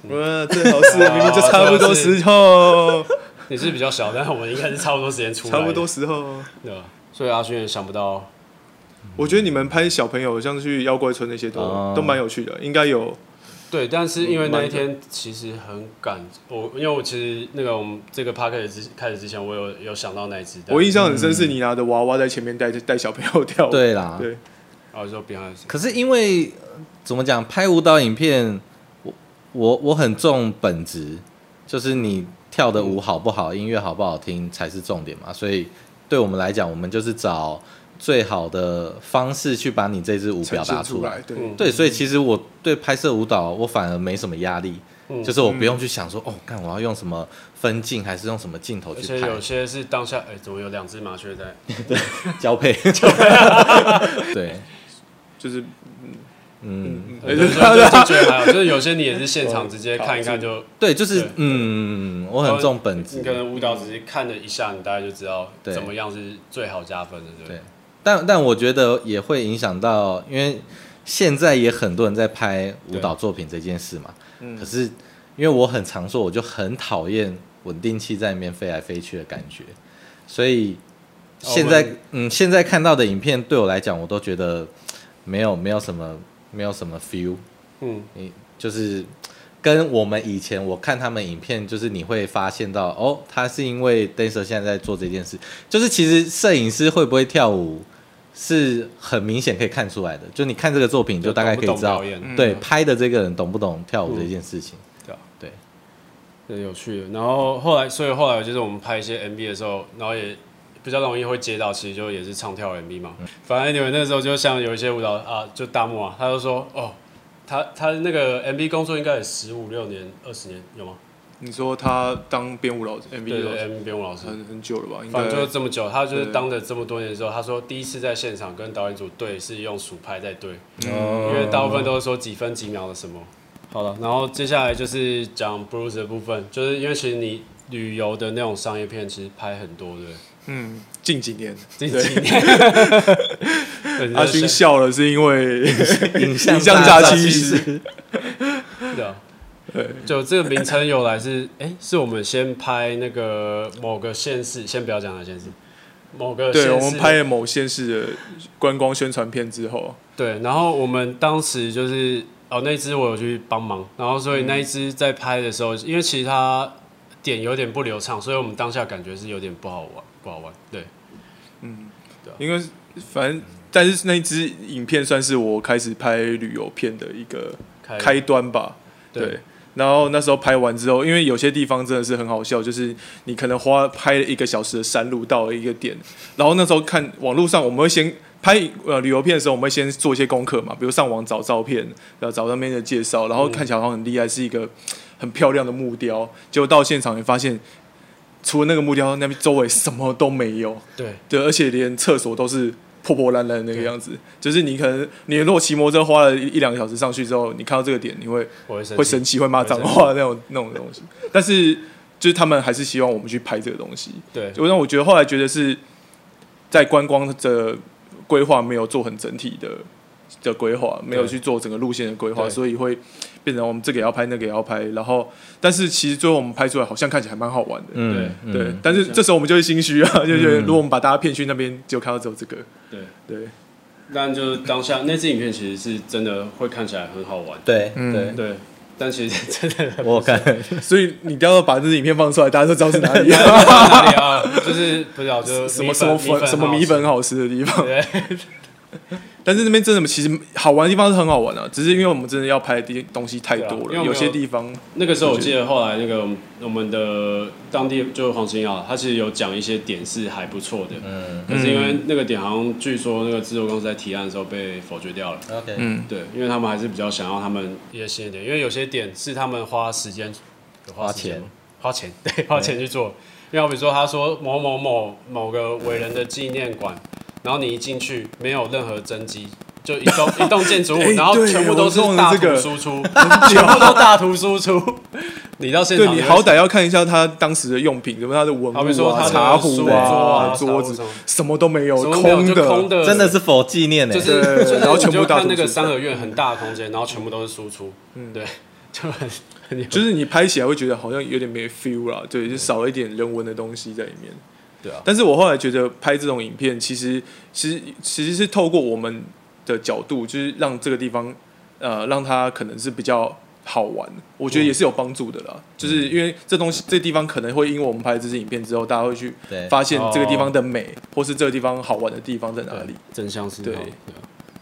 S2: 嗯，正好是明明就差不多时候，
S1: 你是比较小，但是我们应该是差不多时间出来的，
S2: 差不多时候。
S1: 对吧？所以阿勋也想不到，
S2: 我觉得你们拍小朋友，像去妖怪村那些都、
S3: 哦
S2: 都蛮有趣的，应该有
S1: 对，但是因为那一
S2: 蛮久
S1: 天其实很赶，我因为我其实那个我们这个 p a r k 之开始之前，我有有想到那一只，但
S2: 我印象很深，是你拿着娃娃在前面带 带小朋友跳舞。
S3: 对啦，
S2: 对，
S1: 然后就变成
S3: 可是因为呃怎么讲，拍舞蹈影片，我我我很重本质，就是你跳的舞好不好，音乐好不好听才是重点嘛。所以对我们来讲，我们就是找最好的方式去把你这支舞表
S2: 呈现
S3: 达出
S2: 出
S3: 来
S2: 来。。对，
S1: 嗯
S3: 对，所以其实我对拍摄舞蹈，我反而没什么压力，
S1: 嗯
S3: 就是我不用去想说，哦，看我要用什么分镜，还是用什么镜头
S1: 嗯而
S3: 去
S1: 且
S3: 拍
S1: 有些是当下，哎，怎么有两只麻雀 在？
S3: 交 配。对，
S2: 就是
S3: 嗯
S2: 嗯，
S1: 对 就就就觉得 还好，就是有些你也是现
S3: 哦
S1: 场直接看一看就，
S3: 对，就是
S1: 对
S3: 嗯，我很重本质
S1: 你。可能舞蹈只是看了一下，你大概就知道
S3: 对
S1: 怎么样是最好加分的，对不
S3: 对但但我觉得也会影响到，因为现在也很多人在拍舞蹈作品这件事嘛。
S1: 嗯
S3: 可是因为我很常说，我就很讨厌稳定器在里面飞来飞去的感觉，所以现在、
S1: 哦
S3: 嗯，现在看到的影片对我来讲，我都觉得没有没有什么没有什么 feel，
S1: 嗯，
S3: 你就是。跟我们以前我看他们影片，就是你会发现到哦，他是因为 dancer 现在在做这件事，就是其实摄影师会不会跳舞是很明显可以看出来的，就你看这个作品就大概可以知
S1: 懂不懂
S3: 道
S1: 表，演
S3: 对
S2: 嗯
S3: 拍的这个人懂不懂跳舞这件事情。
S1: 对啊
S3: 对，
S1: 对，有趣的。然后后来，所以后来就是我们拍一些 MV 的时候，然后也比较容易会接到，其实就也是唱跳 MV
S2: 嗯
S1: 嘛。反正你们那时候就像有一些舞蹈啊，就大木啊，他就说哦，他他那个 MV 工作应该有十五六年、二十年有吗？
S2: 你说他当编舞老师
S1: 对
S2: ，MV 老
S1: 对
S2: 师，
S1: ，MV 编舞老师。
S2: 很很久了吧？应
S1: 反正就
S2: 该
S1: 这么久，他就是
S2: 对
S1: 当了这么多年之后，他说第一次在现场跟导演组对是用数拍在对，
S2: 嗯
S3: 哦
S1: 因为大部分都是说几分几秒的什么。好了，然后接下来就是讲 Bruce 的部分，就是因为其实你旅游的那种商业片其实拍很多的，
S2: 嗯，近几年，
S1: 这
S2: 对啊
S1: 几年。 对
S2: 阿勋笑了是因为
S3: 影
S2: 像
S3: 大
S2: 诈欺
S3: 师
S2: 师，
S1: 对啊
S2: 对，
S1: 就这个名称由来是，哎、是我们先拍那个某个县市，先不要讲哪县市，某个县
S2: 对
S1: 市
S2: 我们拍了某县市的观光宣传片之后，
S1: 对，然后我们当时就是哦，那一支我有去帮忙，然后所以那一支在拍的时候，因为其实它点有点不流畅，所以我们当下感觉是有点不好玩，不好玩。对，
S2: 因为反正但是那一支影片算是我开始拍旅游片的一个
S1: 开
S2: 开端吧。
S1: 对
S2: 对，然后那时候拍完之后，因为有些地方真的是很好笑，就是你可能花拍了一个小时的山路到了一个点，然后那时候看网络上，我们会先拍呃旅游片的时候，我们会先做一些功课嘛，比如上网找照片，然后找那边的介绍，然后看起来好像很厉害，是一个很漂亮的木雕，结果到现场你发现，除了那个木雕，那边周围什么都没有。
S1: 对，
S2: 对，而且连厕所都是破破烂烂的那个样子。就是你可能你如果骑摩托车花了一一两个小时上去之后，你看到这个点，你会
S1: 我会生
S2: 会
S1: 气
S2: 生气，会骂脏话那种那种东西。但是就是他们还是希望我们去拍这个东西，
S1: 对，
S2: 就让我觉得后来觉得是在观光的规划没有做很整体的。的规划没有
S1: 对
S2: 去做整个路线的规划，
S1: 对
S2: 所以会变成我们这个也要拍，那个也要拍，然后但是其实最后我们拍出来好像看起来还蛮好玩的，
S3: 嗯，
S2: 对，
S3: 嗯
S2: 但是这时候我们就会 心虚啊，就觉得
S1: 嗯
S2: 如果我们把大家骗去那边，就看到只有这个，
S1: 对，
S2: 对，
S1: 但就是当下那支影片其实是真的会看起来很好玩。
S3: 对
S2: 嗯
S3: 对，
S1: 对，但其实 真 的
S3: 我看
S1: 嗯
S2: 所以你一定要把这支影片放出来，大家都知道是哪 里，
S1: 哪里啊，就是不知道就
S2: 什么什么粉什么米
S1: 米
S2: 粉
S1: 好
S2: 好吃的地 方。
S1: 对，
S2: 但是那边真的其实好玩的地方是很好玩啊，只是因为我们真的要拍的东西太多
S1: 对啊因为
S2: 了，
S1: 我们
S2: 有些
S1: 有
S2: 地方
S1: 那个时候我记得后来那个我们的当地就是黄兴耀，他其实有讲一些点是还不错的，嗯，可是因为那个点好像据说那个制作公司在提案的时候被否决掉了。
S3: OK，
S2: 嗯，
S1: 对，因为他们还是比较想要他们一些新的点，因为有些点是他们花时间、有花时间吗花钱， 对，花钱去做。因为比如说，他说某某某某个伟人的纪念馆，然后你一进去没有任何真迹，就一 栋一栋建筑物，
S2: 哎
S1: 然后
S2: 对
S1: 全部
S2: 我
S1: 都是
S2: 弄了
S1: 大
S2: 这
S1: 图
S2: 个
S1: 输 出，全部都大图输出。 你到现
S2: 对
S1: 场
S2: 你
S1: 会
S2: 好歹要看一下他当时的用品，什么他的文
S1: 好比
S2: 物
S1: 说他
S2: 啊、
S1: 的
S2: 茶
S1: 书
S2: 壶
S1: 啊
S2: 桌
S1: 茶壶
S2: 子
S1: 什么，
S2: 什么都没有，
S1: 什么没有就空
S2: 的。
S1: 的，
S3: 真的是否纪念欸
S1: 就
S3: 呢、
S1: 是
S2: 对
S1: 就是
S2: 然后全
S1: 你
S2: 部
S1: 就
S2: 大
S1: 看那
S2: 图嗯
S1: 个
S2: 书
S1: 三合院很大的空间，然后全部都是输出，对，就很很有
S2: 就是你拍起来会觉得好像有点没 feel 啦，对，就少了一点人文的东西在里面。
S1: 对啊
S2: 但是我后来觉得拍这种影片，其实其实其实是透过我们的角度，就是让这个地方呃让它可能是比较好玩，我觉得也是有帮助的啦。
S1: 嗯
S2: 就是因为这东西这地方可能会因为我们拍这支影片之后，大家会去
S1: 哎
S3: 对，
S2: 发现这个地方的美，
S1: 哦
S2: 或是这个地方好玩的地方在哪里。
S1: 真相是
S2: 对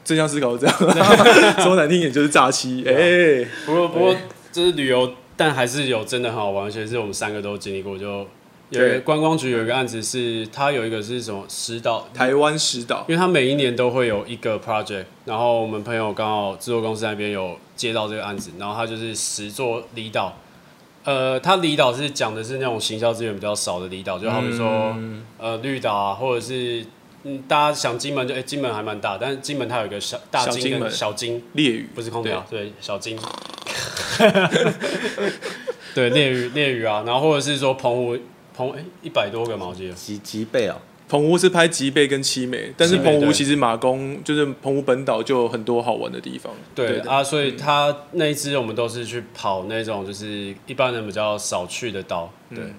S2: 正向思 考是这样，说难听一点就是诈欺，哎、
S1: 不过不过就是旅游，但还是有真的很好玩，而且是我们三个都经历过。就有一
S2: 对
S1: 个观光局有一个案子是，它有一个是什么石岛，
S2: 台湾石岛
S1: 因，为它每一年都会有一个 project，然后我们朋友刚好制作公司那边有接到这个案子，然后他就是十座离岛。呃，它离岛是讲的是那种行销资源比较少的离岛，就好比说、
S2: 嗯
S1: 呃绿岛啊，或者是嗯大家想金门就哎、金门还蛮大，但是金门它有一个小大
S2: 小金
S1: 金跟
S2: 门
S1: 小金，
S2: 烈屿
S1: 不是空调，对，小金。 对，猎鱼猎鱼啊，然后或者是说澎湖澎哎一百多个嘛，我记得。
S3: 几几倍哦，
S2: 澎湖是拍吉贝跟七美，但是
S1: 七美
S2: 澎湖
S1: 对
S2: 其实马公就是澎湖本岛就有很多好玩的地方。
S1: 对啊，所以他那一支我们都是去跑那种就是一般人比较少去的岛，对，对，啊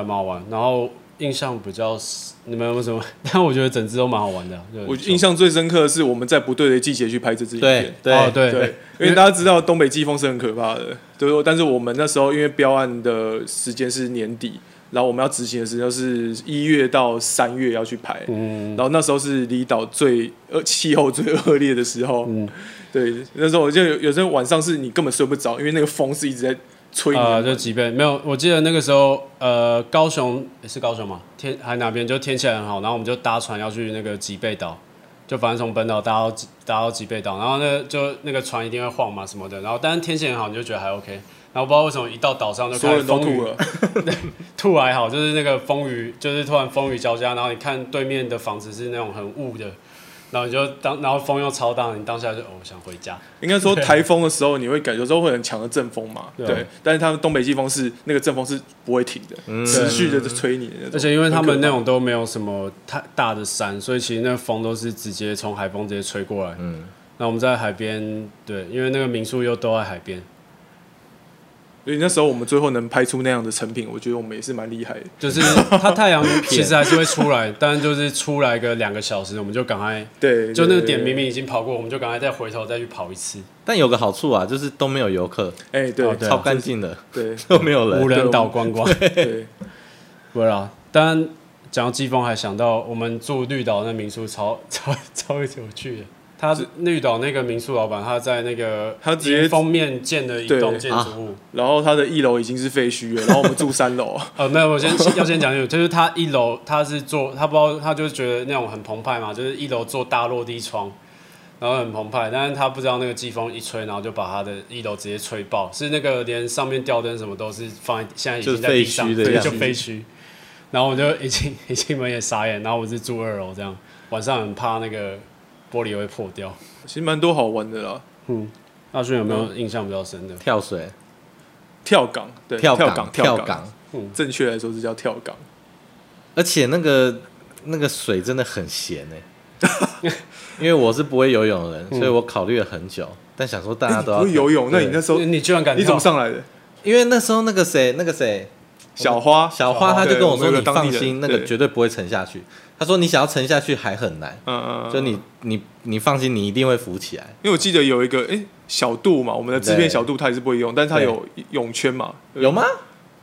S1: 还蛮好玩。然后印象比较，你们有没有什么？ 但我觉得整支都蛮好玩的啊。就很
S2: 我
S1: 爽
S2: 印象最深刻的是我们在不对的季节去拍这支影
S3: 对
S2: 片。
S3: 对、
S1: 哦对
S2: 对，因为大家知道东北季风是很可怕的，对。但是我们那时候因为标案的时间是年底，然后我们要执行的时间是一月到三月要去拍，
S1: 嗯，
S2: 然后那时候是离岛最呃气候最恶 劣的时候，
S1: 嗯
S2: 对。那时候我就有有时候晚上是你根本睡不着，因为那个风是一直在吹你的
S1: 啊，就几倍没有。我记得那个时候，呃，高雄诶是高雄嘛，天还哪边就天气很好，然后我们就搭船要去那个吉贝岛，就反正从本岛搭到吉搭到吉贝岛，然后那就那个船一定会晃嘛什么的，然后但是天气很好，你就觉得还 OK。然后不知道为什么一到岛上就
S2: 所有
S1: 开始
S2: 人都
S1: 风雨
S2: 吐，了。
S1: 吐还好，就是那个风雨，就是突然风雨交加，然后你看对面的房子是那种很雾的，然后你就当然后风又超大，你当下就哦想回家，
S2: 应该说台风的时候，你会感觉说会很强的阵风嘛，
S1: 对
S2: 对
S1: 啊
S2: 但是他们东北季风是那个阵风是不会停的，持续的吹你的那种。
S1: 嗯而且因为他们那
S2: 很可
S1: 种都没有什么太大的山，所以其实那个风都是直接从海风直接吹过来。嗯，那我们在海边，对，因为那个民宿又都在海边，
S2: 怕，所以那时候我们最后能拍出那样的成品，我觉得我们也是蛮厉害的。
S1: 就是 它太阳其实还是会出来，但就是出来个两个小时，我们就赶快，
S2: 对，
S1: 就那个
S2: 对
S1: 点明，明已经跑过，我们就赶快再回头再去跑一次，
S3: 但有个好处啊，就是都没有游客，
S2: 对哎，对
S1: 哦对啊
S3: 超干净的，
S2: 对
S3: 都没有人
S1: 无。人
S2: 我
S1: 岛
S2: 们
S1: 观光。
S2: 对，
S1: 对啦，当然讲到季风，还想到我们住绿岛那民宿超 超超有趣的。他绿岛那个民宿老板，他在那个
S2: 他直接
S1: 迎风面建了一栋
S2: 对
S1: 建筑物。
S2: 然后他的一楼已经是废墟了，然后我们住三 楼，
S1: 呃，没有，我先要先讲清楚，就是他一楼他是做，他不知道他就觉得那种很澎湃嘛，就是一楼做大落地窗，然后很澎湃，但是他不知道那个季风一吹，然后就把他的一楼直接吹爆，是那个连上面吊灯什么都是放在，现在已经在地上，
S3: 就是废墟的
S1: 对，
S3: 样
S1: 就
S3: 子
S1: 废墟。然后我就一 进一进门也傻眼，然后我是住二楼，这样晚上很怕那个玻璃会破掉。
S2: 其实蛮多好玩的啦。
S1: 嗯，阿勋有没
S2: 嗯
S1: 有印象比较深的？
S3: 跳水、
S2: 跳港，对，
S3: 跳
S2: 港，
S3: 港、跳
S2: 港，
S3: 港，
S2: 正确来说是叫跳港。
S3: 而且那个那个水真的很咸 哎、因为我是不会游泳的人，所以我考虑了很久，但想说大
S2: 哎
S3: 家
S2: 嗯你
S3: 都要
S2: 不会游泳，那你那时候
S1: 你你居然敢
S2: 你怎么
S1: 跳？
S2: 上来的？
S3: 因为那时候那个谁，那个谁，
S2: 小花，
S3: 小花她就
S2: 对
S3: 跟我
S2: 们
S3: 说：“
S2: 有
S3: 你
S2: 个当
S3: 放
S2: 地人
S3: 心，那个
S2: 对
S3: 绝对不会沉下去。”她说：“你想要沉下去还很难，
S2: 嗯嗯，嗯
S3: 就你你你放心，你一定会浮起来。
S2: 因为我记得有一个哎、诶小度嘛，我们的制片小度他也是不会用，但是他有泳圈嘛，对
S3: 有吗？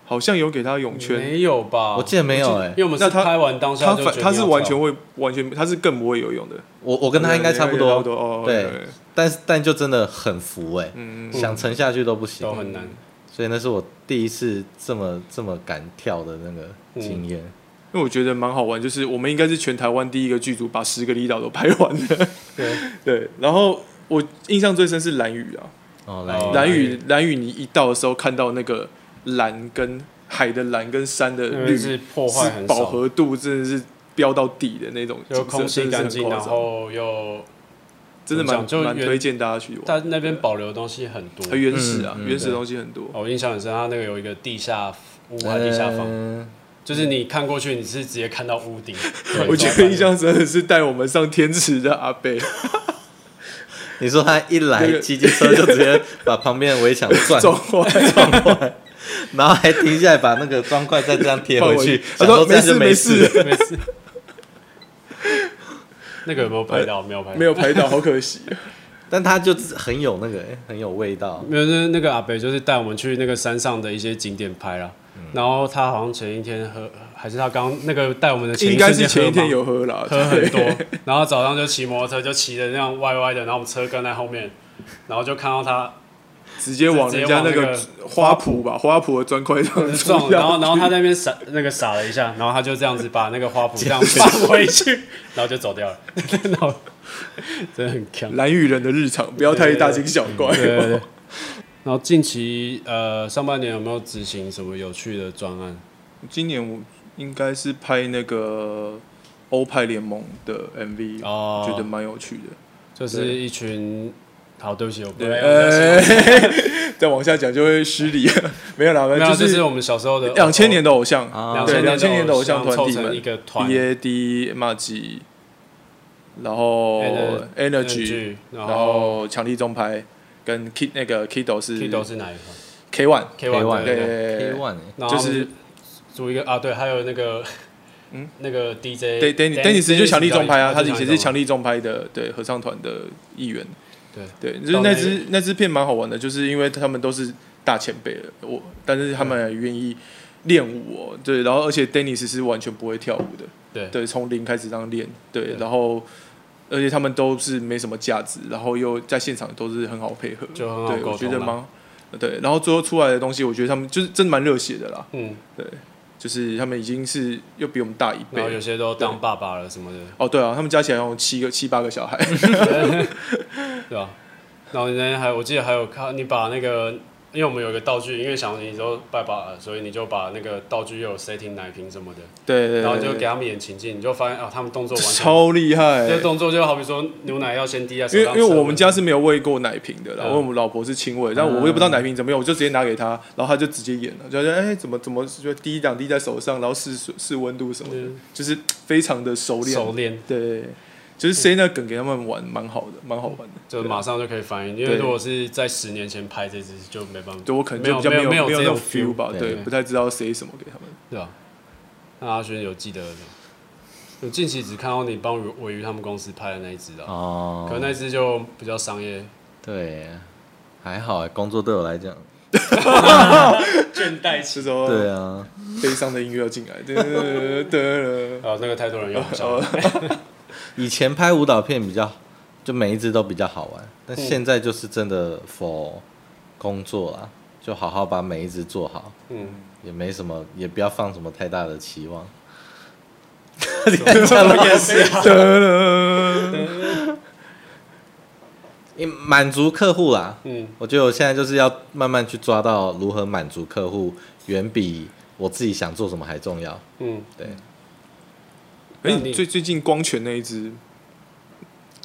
S2: 好像有给他泳圈，
S1: 没有吧？
S3: 我记得没有哎、
S1: 因为我们
S2: 欸那
S1: 是
S2: 他
S1: 拍完当下
S2: 他
S1: 就
S2: 反
S1: 决定
S2: 他是
S1: 要
S2: 完
S1: 跳
S2: 全会完全他是更不会游泳的，
S3: 我我跟她应该差不多，
S2: 对哦，
S3: 对
S2: 对对
S3: 但是但就真的很浮哎、
S2: 嗯，
S3: 想沉下去都不行
S1: 都。很难。
S3: 所以那是我第一次这么这么敢跳的那个经验。
S2: 因为我觉得蛮好玩，就是我们应该是全台湾第一个剧组把十个离岛都拍完的，
S1: 对，
S2: 对，然后。我印象最深是蓝雨啊，
S3: 哦，来，
S1: 哦
S2: 蓝
S1: 蓝
S2: 雨
S1: 屿
S2: 蓝雨，你一到的时候看到那个蓝跟海的蓝跟山的
S1: 因
S2: 呃绿，
S1: 为是破坏
S2: 是
S1: 很
S2: 饱
S1: 少，
S2: 和度真的是飙到底的那种景
S1: 就
S2: 色，
S1: 空气
S2: 真的是
S1: 干
S2: 很
S1: 净，
S2: 夸
S1: 然
S2: 张
S1: 后又
S2: 真的
S1: 怎么
S2: 蛮
S1: 讲就
S2: 蛮
S1: 原
S2: 推荐大家去玩，
S1: 但那边保留的东西很多。
S2: 很原始啊，
S3: 嗯嗯
S2: 原始
S3: 对
S2: 的东西很多。
S1: 哦我印象很深，它那个有一个地下屋还
S2: 呃
S1: 是地下房，
S3: 嗯
S1: 就是你看过去你是直接看到屋顶。对
S2: 我觉
S1: 超
S2: 得
S1: 赞
S2: 印象真的是带我们上天池的阿贝，
S3: 你说他一来
S2: 那个
S3: 机机车就直接把旁边的围墙撞
S2: 撞坏，
S3: 然后还停下来把那个砖块再这样贴回去
S2: ，他
S3: 想
S2: 说
S3: 说这
S2: 没
S3: 样
S2: 事
S3: 就
S2: 没
S3: 事。
S2: 事，
S1: 没事。 那个有没有拍到？没有拍到，
S2: 没有拍到，好可惜。
S3: 但他就是很有那个很有味道，
S1: 没有，那那个阿北就是带我们去那个山上的一些景点拍啦。
S2: 嗯
S1: 然后他好像前一天喝，还是他刚那个带我们的前一
S2: 应该是前一天
S1: 有
S2: 有喝啦，
S1: 喝很多
S2: 对，
S1: 然后早上就骑摩托车，就骑的那样歪歪的，然后我们车跟在后面，然后就看到他
S2: 直接往人家那个
S1: 直接
S2: 花圃吧，花圃的砖块上
S1: 嗯撞，然后然后
S2: 后
S1: 他在那边傻那个傻了一下，然后他就这样子把那个花圃 这样放回去，然后就走掉了， 然后真的很强。
S2: 蓝雨人的日常，不要太大惊小怪。
S1: 对对对。然后近期呃上半年有没有执行什么有趣的专案？
S2: 今年我应该是拍那个欧派联盟的 MV，
S1: 哦
S2: 觉得蛮有趣的。
S1: 就是一群，好，对不起，我不会，
S2: 呃， 再往下讲就会失礼，没有啦，
S1: 没
S2: 反
S1: 有，啊
S2: 正
S1: 就是是我们小时候的
S2: 两千年的偶像，
S3: 啊
S1: 两
S2: 对，
S1: 千
S2: 两千年的
S1: 的
S2: 偶像团
S1: 凑
S2: 体
S1: 成
S2: 们
S1: 一个团
S2: ，EAD、m a g 然后
S1: Ener-
S2: Energy，
S1: 然
S2: 然
S1: 后
S2: 后强力中拍跟 Kid 那个 Kido 是
S1: Kido 是哪一款
S2: K One，
S1: ？K
S3: K1
S1: One
S2: 对
S1: 对对。
S3: K one
S1: 然后他
S2: 就
S1: 们
S2: 是
S1: 组一个啊，对，还有那个， 嗯，那个 DJ
S2: Dan Dennis Dennis 就强力中拍啊，他以前是强
S1: 力，
S2: 力中拍的对合唱团的一员，
S1: 对
S2: 对，就是
S1: 到
S2: 那
S1: 那
S2: 支那支片蛮好玩的，就是因为他们都是大前辈了，我但是他们也愿意练舞、哦，对，然后而且 Dennis 是完全不会跳舞的，
S1: 对
S2: 对，从零开始这样练，对，
S1: 对
S2: 然后而且他们都是没什么架子，然后又在现场都是很好配合，
S1: 就很好
S2: 对，
S1: 沟
S2: 我觉得
S1: 通啦
S2: 蛮对，然后最后出来的东西，我觉得他们就是真的蛮热血的啦，
S1: 嗯，
S2: 对，就是他们已经是又比我们大一
S1: 然后有
S2: 倍。
S1: 些都当爸爸了什么的，
S2: 哦，对啊，他们加起来好像有七个、七八 个小孩，
S1: 对吧？然后你那天还我记得还有看你把那个，因为我们有一个道具，因为想你都拜爸了，所以你就把那个道具又有 setting 奶瓶什么的，
S2: 对对对，
S1: 然后就给他们演情境，你就发现啊，他们动作完全，
S2: 超厉害，
S1: 这动作就好比说牛奶要先滴在手
S2: 因为
S1: 上，
S2: 因为
S1: 舌
S2: 我
S1: 吻
S2: 们家是没有喂过奶瓶的啦，
S1: 嗯
S2: 然后我们老婆是亲喂，但我也不知道奶瓶怎么用，我就直接拿给她，然后她就直接演了，就说哎、怎么怎么就滴两滴在手上，然后试水试温度什么的，
S1: 嗯
S2: 就是非常的熟练。
S1: 熟练，
S2: 对，就是塞那梗给他们玩，蛮好的，蛮好玩的。
S1: 就
S2: 对
S1: 马上就可以反应，因
S2: 对
S1: 为如果是在十年前拍这支就没办法，
S2: 对我可能
S1: 没
S2: 就
S1: 有
S2: 比较
S1: 没有
S2: 没有
S1: 没有
S2: 那
S1: 这
S2: 种
S1: 种
S2: feel 吧，
S3: 对
S2: 对，
S1: 对
S2: 不太知道塞什么给他们。
S1: 对吧？那阿轩有记得吗？我近期只看到你帮尾鱼他们公司拍的那一支啊，
S3: 哦，
S1: 可那支就比较商业，
S3: 对，还好哎，工作对我来讲，
S1: 倦怠期
S2: 是说
S3: 对啊，
S2: 悲伤的音乐要进来，对对对。
S1: 啊，那个太多人用
S2: 哦
S1: 不上了，
S3: 以前拍舞蹈片比较，就每一支都比较好玩，
S2: 嗯
S3: 但现在就是真的 for 工作啦，就好好把每一支做好，
S1: 嗯，
S3: 也没什么，也不要放什么太大的期望。
S1: 也是 啊，
S3: 也满足客户啦。
S1: 嗯，
S3: 我觉得我现在就是要慢慢去抓到如何满足客户，远比我自己想做什么还重要。
S1: 嗯，
S3: 对，
S2: 哎、
S1: 那
S2: 你
S1: 你
S2: 最最近光泉那一只，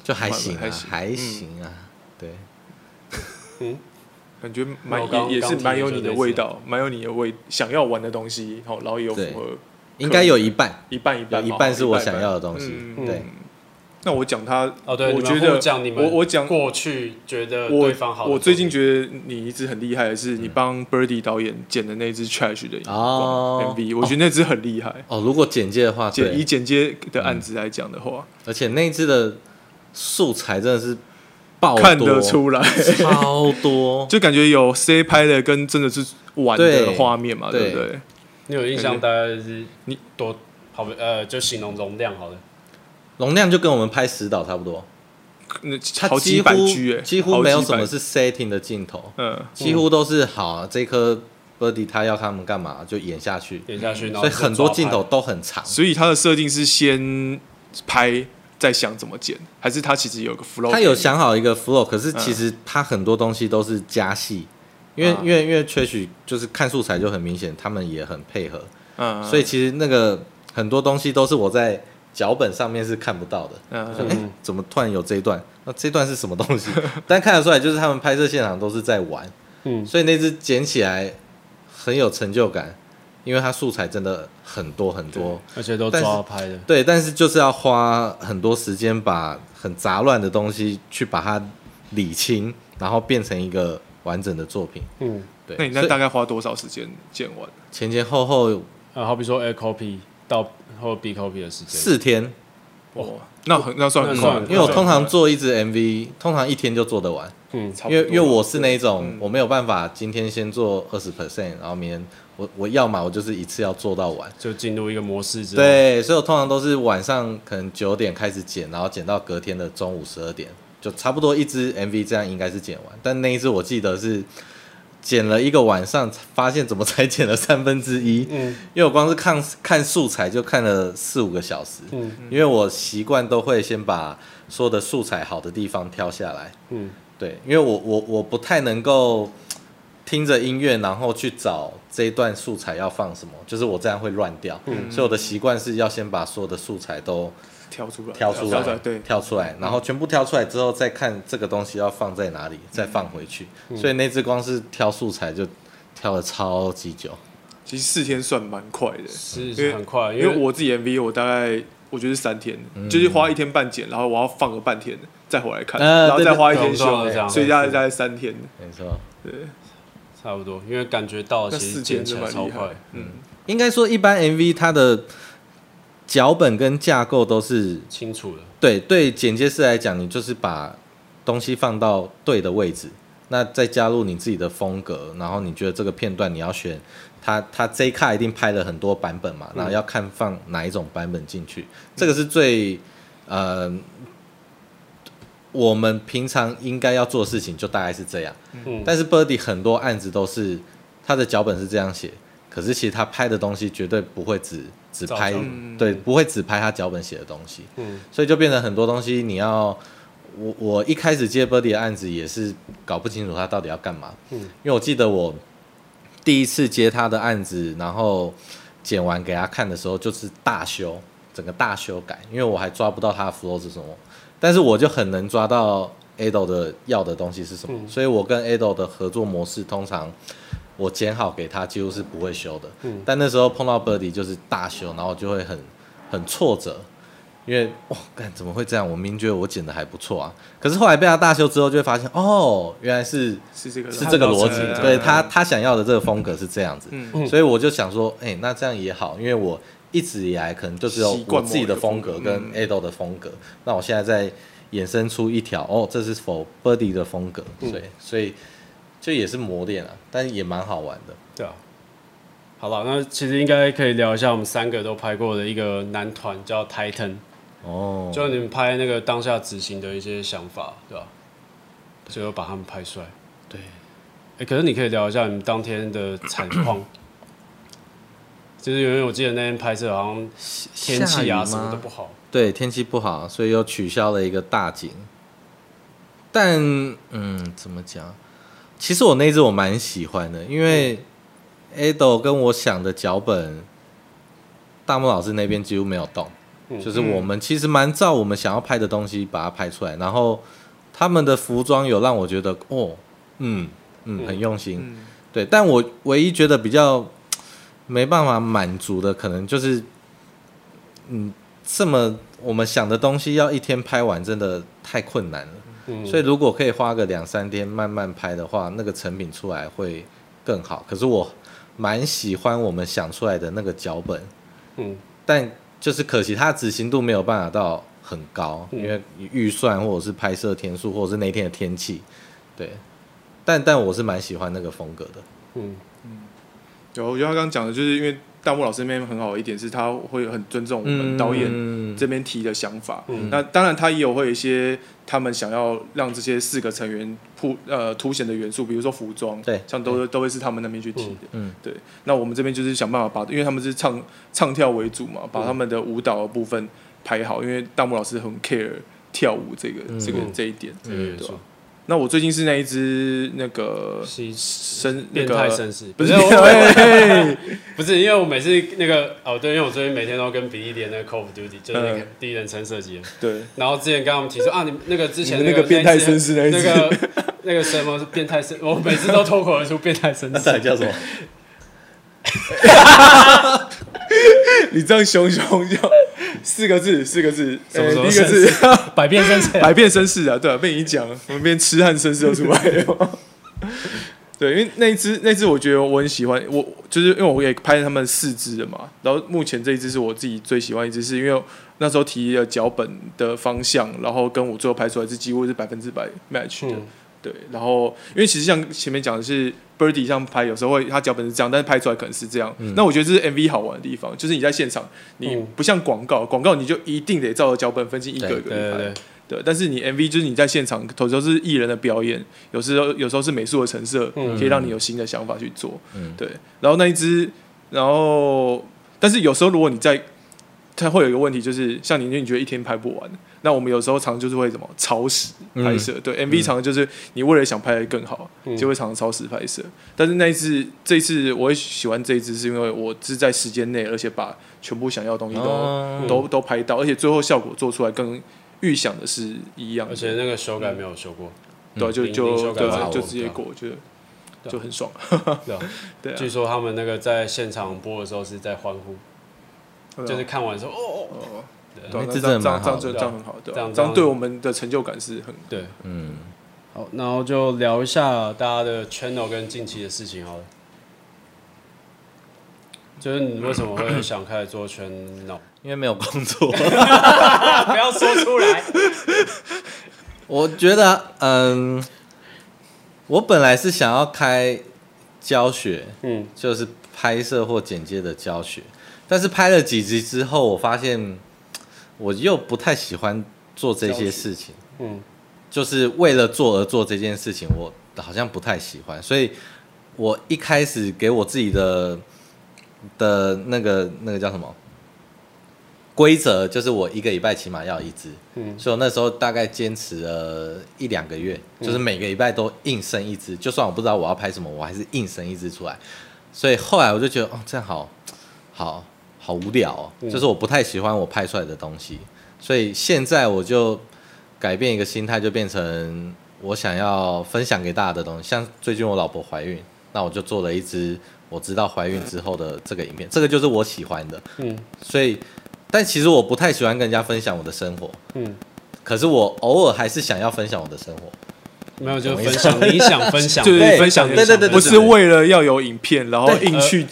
S3: 就还行啊，
S2: 还行嗯
S3: 还行啊。对，
S2: 感觉
S1: 我
S2: 蛮
S1: 刚
S2: 也也是
S1: 刚听
S2: 蛮有
S1: 就
S2: 你的
S1: 类似
S2: 味
S1: 的
S2: 道，蛮有你的味想要玩的东西，好，然后也有符
S3: 对
S2: 合
S3: 应该有一半，
S2: 一半一半
S3: 有
S2: 嘛，
S3: 一半是我
S2: 一
S3: 想要的东西
S2: 嗯
S3: 对
S2: 那我讲他，
S1: 哦，对，你
S2: 我
S1: 们
S2: 觉
S1: 互
S2: 得
S1: 讲你们
S2: 我我讲
S1: 过去觉得
S2: 我
S1: 对方好的
S2: 我最近
S1: 作
S2: 觉得你一直很厉害的是，你
S3: 嗯
S2: 帮 Birdy 导演剪的那支 Trash 的
S3: 哦
S2: MV，我觉得那支很厉害。
S3: 哦，如果简介的话，
S2: 剪以
S3: 对，嗯
S2: 剪接的案子来讲的话，
S3: 而且那一只的素材真的是爆多
S2: 看得出来，，
S3: 超多
S2: 就感觉有 C 拍的跟真的是玩的
S3: 对
S2: 画面嘛，对
S3: 对
S2: 不对？
S1: 品你有印象大概是
S2: 你
S1: 多好不呃，就形容容量好了，
S3: 容量就跟我们拍石岛差不多，
S2: 那
S3: 它
S2: 好
S3: 几
S2: 几
S3: 乎
S2: 百 G 哎，
S3: 几乎没有什么
S2: 好几
S3: 是 setting 的镜头，
S2: 百，嗯，
S3: 几乎都是好、这颗 Birdy 他要他们干嘛就演下去，
S1: 点下去，
S2: 嗯
S1: 然后
S3: 所以
S1: 就
S3: 很多
S1: 抓拍
S3: 镜头都很长。
S2: 所以他的设定是先拍再想怎么剪，还是他其实有个 flow？
S3: 他有想好一个 flow，可是其实他很多东西都是加戏，因为、
S2: 嗯
S3: 因为因为缺许就是看素材就很明显，他们也很配合，
S2: 嗯，嗯，
S3: 所以其实那个很多东西都是我在脚本上面是看不到的。
S2: 嗯，
S3: 哎、
S2: 嗯
S3: 怎么突然有这一段？那这段是什么东西？ 但看得出来，就是他们拍摄现场都是在玩，
S1: 嗯
S3: 所以那只捡起来很有成就感，因为它素材真的很多很多。
S1: 而且都
S3: 但是
S1: 抓拍的，
S3: 对，但是就是要花很多时间把很杂乱的东西去把它理清，然后变成一个完整的作品。
S1: 嗯，
S3: 对，
S2: 那你那
S3: 所以
S2: 大概花多少时间剪完？
S3: 前前后后
S1: 啊，好比说 A copy 到或 B copy 的时间，
S3: 四天，
S2: 哦，那很那算很
S1: 那
S2: 快
S1: 算很，
S3: 因为我通常做一支 MV，通常一天就做得完，
S1: 嗯，
S2: 差不
S3: 因
S2: 多
S3: 为因为我是那一
S2: 对
S3: 种
S2: 嗯
S3: 我没有办法今天先做二十 percent，然后明天我我要嘛我就是一次要做到完。
S1: 就进入一个模式之后，
S3: 对，所以我通常都是晚上可能九点开始剪，然后剪到隔天的中午十二点，就差不多一支 MV 这样应该是剪完。但那一支我记得是剪了一个晚上，发现怎么才剪了三分之一，
S1: 嗯
S3: 因为我光是看看素材就看了四五个小时，
S1: 嗯
S3: 因为我习惯都会先把所有的素材好的地方挑下来，
S1: 嗯，
S3: 对，因为我我我不太能够。听着音乐，然后去找这一段素材要放什么，就是我这样会乱掉。所以我的习惯是要先把所有的素材都
S2: 挑出来，
S3: 挑出
S2: 挑
S3: 来，
S2: 对，
S3: 挑出来，然后全部挑出来之后，再看这个东西要放在哪里，再放回去。所以那只光是挑素材就挑了超级久，
S2: 其实四天算蛮快的，
S1: 是
S2: 因为
S1: 是很快，
S2: 啊因
S1: 因
S2: 为我自己 MV 我大概我觉得是三天，
S3: 嗯
S2: 就是花一天半剪，然后我要放个半天再回来看，
S3: 呃
S2: 然后再花一天
S1: 对对对
S2: 修，
S1: 对
S2: 所以大概大概三天，
S3: 没错。
S1: 差不多，因为感觉到
S2: 那
S1: 其
S2: 四
S1: 实
S2: 天
S1: 剪
S2: 真
S1: 起来
S2: 蛮
S1: 超
S2: 厉害
S1: 快，，
S2: 嗯，
S3: 应该说，一般 MV 它的脚本跟架构都是
S1: 清楚了，
S3: 对对剪接师来讲，你就是把东西放到对的位置，那再加入你自己的风格，然后你觉得这个片段你要选，他他 J 卡一定拍了很多版本嘛，然后要看放哪一种版本进去，这个是最呃我们平常应该要做的事情，就大概是这样。
S1: 嗯，
S3: 但是 Birdy 很多案子都是他的脚本是这样写，可是其实他拍的东西绝对不会只只
S1: 照
S3: 拍
S1: 脚
S2: 本，
S3: 对，不会只拍他脚本写的东西，
S1: 嗯
S3: 所以就变成很多东西你要。我我一开始接 Birdy 的案子也是搞不清楚他到底要干嘛，
S1: 嗯
S3: 因为我记得我第一次接他的案子，然后剪完给他看的时候，就是大修，整个大修改，因为我还抓不到他的 flow 是什么，但是我就很能抓到 Ado 的要的东西是什么，所以我跟 Ado 的合作模式通常我剪好给他几乎是不会修的，但那时候碰到 Birdy 就是大修，然后我就会很很挫折。因为哇，干怎么会这样？我明觉得我剪的还不错啊，可是后来被他大修之后，就会发现哦，原来是
S2: 是这个
S3: 是这个逻辑
S2: 嗯，
S3: 对
S2: 嗯
S3: 他他想要的这个风格是这样子，
S2: 嗯
S3: 所以我就想说，哎、那这样也好，因为我一直以来可能就只有
S2: 习惯
S3: 我
S2: 某
S3: 自己的
S2: 一个风
S3: 风
S2: 格
S3: 格跟 Ado 的风格，那我现在再衍生出一条，哦，这是 For Birdy 的风格，
S2: 嗯
S3: 对，所以就也是磨练啊，但也蛮好玩的。
S1: 对啊。好了，那其实应该可以聊一下我们三个都拍过的一个男团叫 Titan，
S3: 哦，
S1: 就你们拍那个当下执行的一些想法，对吧、最后把他们拍出来。
S3: 对，
S1: 哎、可是你可以聊一下你们当天的惨 况，就是因为我记得那天拍摄好像天气啊什么都不好，
S3: 对，天气不好，所以又取消了一个大景。但嗯，怎么讲？其实我那一只我蛮喜欢的，因为 Ado 跟我想的脚本，大木老师那边几乎没有动，
S1: 嗯
S3: 就是我们其实蛮照我们想要拍的东西把它拍出来，然后他们的服装有让我觉得哦，嗯嗯，很用心，
S2: 嗯
S3: 对，但我唯一觉得比较没办法满足的，可能就是，嗯，这么我们想的东西要一天拍完，真的太困难了。
S1: 嗯
S3: 所以如果可以花个两三天慢慢拍的话，那个成品出来会更好。可是我蛮喜欢我们想出来的那个脚本，
S1: 嗯，
S3: 但就是可惜它的执行度没有办法到很高，因为预算或者是拍摄天数或者是那天的天气，对。但但我是蛮喜欢那个风格的，
S1: 嗯
S2: 有，我觉得他刚刚讲的就是因为大木老师那边很好的一点是，他会很尊重我们导演
S3: 嗯
S2: 这边提的想法。那当然，他也有会有一些他们想要让这些四个成员铺呃凸显的元素，比如说服装，
S3: 对
S2: 像都都会是他们那边去提的。
S3: 嗯
S2: 对。那我们这边就是想办法把，因为他们是唱唱跳为主嘛，
S3: 嗯
S2: 把他们的舞蹈的部分排好，因为大木老师很 care 跳舞这个、这个
S1: 嗯
S2: 这一点。
S1: 这个元
S2: 对啊
S1: 素
S2: 吧，那我最近是那一只那个
S1: 西
S2: 绅那
S1: 变
S2: 个
S1: 态绅士
S2: 不是
S1: 我
S2: 嘿嘿嘿
S1: 不是因为我每次那个哦对，因为我最近每天都跟比利连那个 Call of Duty 就是那个
S2: 嗯
S1: 第一人称射击的，
S2: 对。
S1: 然后之前跟他们提说啊，你们那个之前
S2: 你们
S1: 那
S2: 那个变态绅士那一
S1: 那
S2: 集
S1: 个那个什么是变态绅，我每次都脱口而出变态绅
S3: 那
S1: 士
S3: 到底， 叫什么？
S2: 你这样熊熊叫四个字，四个字，
S1: 什么
S2: 呃
S1: 什么
S2: 第一个字，
S1: 百变绅士啊，
S2: 百变绅士啊，对啊，被你 讲，我们变痴汉绅士都出来了。 对，因为那一只那只我觉得我很喜欢，我就是因为我也拍了他们四只的嘛，然后目前这一只是我自己最喜欢一只，是因为那时候提了脚本的方向，然后跟我最后拍出来是几乎是百分之百 match 的。
S1: 嗯
S2: 对，然后因为其实像前面讲的是 Birdy 像拍，有时候会他脚本是这样，但是拍出来可能是这样。那我觉得这是 MV 好玩的地方，就是你在现场，你
S1: 嗯
S2: 不像广告，广告你就一定得照着脚本分析一个一个
S3: 对
S2: 去
S1: 对对
S2: 拍
S1: 对，
S2: 对，但是你 MV 就是你在现场，有时候是艺人的表演，有时候有时候是美术的陈设，
S1: 嗯
S2: 可以让你有新的想法去做。
S3: 嗯
S2: 对，然后那一只，然后但是有时候如果你在，它会有一个问题，就是像你，你觉得一天拍不完，那我们有时候常就是会怎么超时拍摄，对 MV 常常就是你为了想拍的更好，
S1: 嗯
S2: 就会常常超时拍摄。但是那一次，这一次我会喜欢这一支，是因为我是在时间内，而且把全部想要的东西都、
S3: 哦
S2: 都都拍到，而且最后效果做出来跟预想的是一样的，
S1: 而且那个修改没有修过，
S2: 对啊，就
S1: 零零
S2: 就
S1: 修改
S2: 对
S1: 版
S2: 啊，
S1: 我
S2: 就
S1: 知
S2: 直接
S1: 道
S2: 过，我觉得
S1: 对啊
S2: 就很爽。
S1: 对啊
S2: 对啊
S1: 据说他们那个在现场播的时候是在欢呼，就是看完说哦哦哦，
S2: 哦，对
S3: 那
S2: 啊，
S3: 这
S2: 啊那
S3: 真的
S2: 这样
S3: 蛮
S2: 这
S3: 好
S2: 样
S3: 的
S2: 这样很好，对啊，
S1: 这样
S2: 这
S1: 这
S2: 样
S1: 样
S2: 对我们的成就感是很
S1: 对，
S3: 嗯，
S1: 好，然后就聊一下大家的 channel 跟近期的事情好了。就是你为什么会想开始做 channel？
S3: 因为没有工作，
S1: 不要说出来。
S3: 我觉得，嗯，我本来是想要开教学，
S1: 嗯
S3: 就是拍摄或剪接的教学，但是拍了几集之后，我发现我又不太喜欢做这些事情，
S1: 嗯
S3: 就是为了做而做这件事情，我好像不太喜欢，所以我一开始给我自己的的那个那个叫什么规则，就是我一个礼拜起码要一支，
S1: 嗯
S3: 所以我那时候大概坚持了一两个月，
S1: 嗯
S3: 就是每个礼拜都硬生一支，就算我不知道我要拍什么，我还是硬生一支出来。所以后来我就觉得，哦，这样好，好好无聊哦，
S1: 嗯
S3: 就是我不太喜欢我拍出来的东西。所以现在我就改变一个心态，就变成我想要分享给大家的东西。像最近我老婆怀孕，那我就做了一支我知道怀孕之后的这个影片，这个就是我喜欢的。
S1: 嗯
S3: 所以，但其实我不太喜欢跟人家分享我的生活，
S1: 嗯，
S3: 可是我偶尔还是想要分享我的生活。
S1: 没有，就是分享你想分享，
S2: 就是
S3: 对
S2: 分享，
S3: 对对对对呃
S2: 不是为了要有影片，然后硬去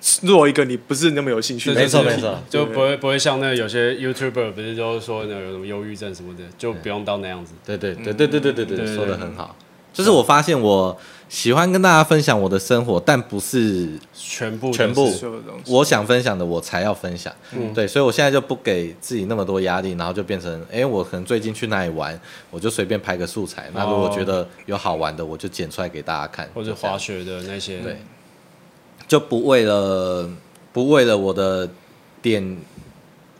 S2: 做一个你不是那么有兴趣的
S3: 没
S2: 事
S3: 错
S2: 情。
S3: 没错
S1: 就不会不会像那个有些 YouTuber 不是都说那个有什么忧郁症什么的，就不用到那样子。
S3: 对对对对对对对对，
S1: 对
S3: 说的很好。就是我发现我喜欢跟大家分享我的生活，但不是
S1: 全部都是
S3: 全部
S2: 所有的东西
S3: 我想分享的我才要分享。
S1: 嗯
S3: 对，所以我现在就不给自己那么多压力，然后就变成，哎，我可能最近去哪里玩，我就随便拍个素材。那如果
S1: 哦
S3: 觉得有好玩的，我就剪出来给大家看，
S2: 哦
S1: 或者
S3: 就这样
S1: 滑雪的那些，
S3: 对，就不为了不为了我的点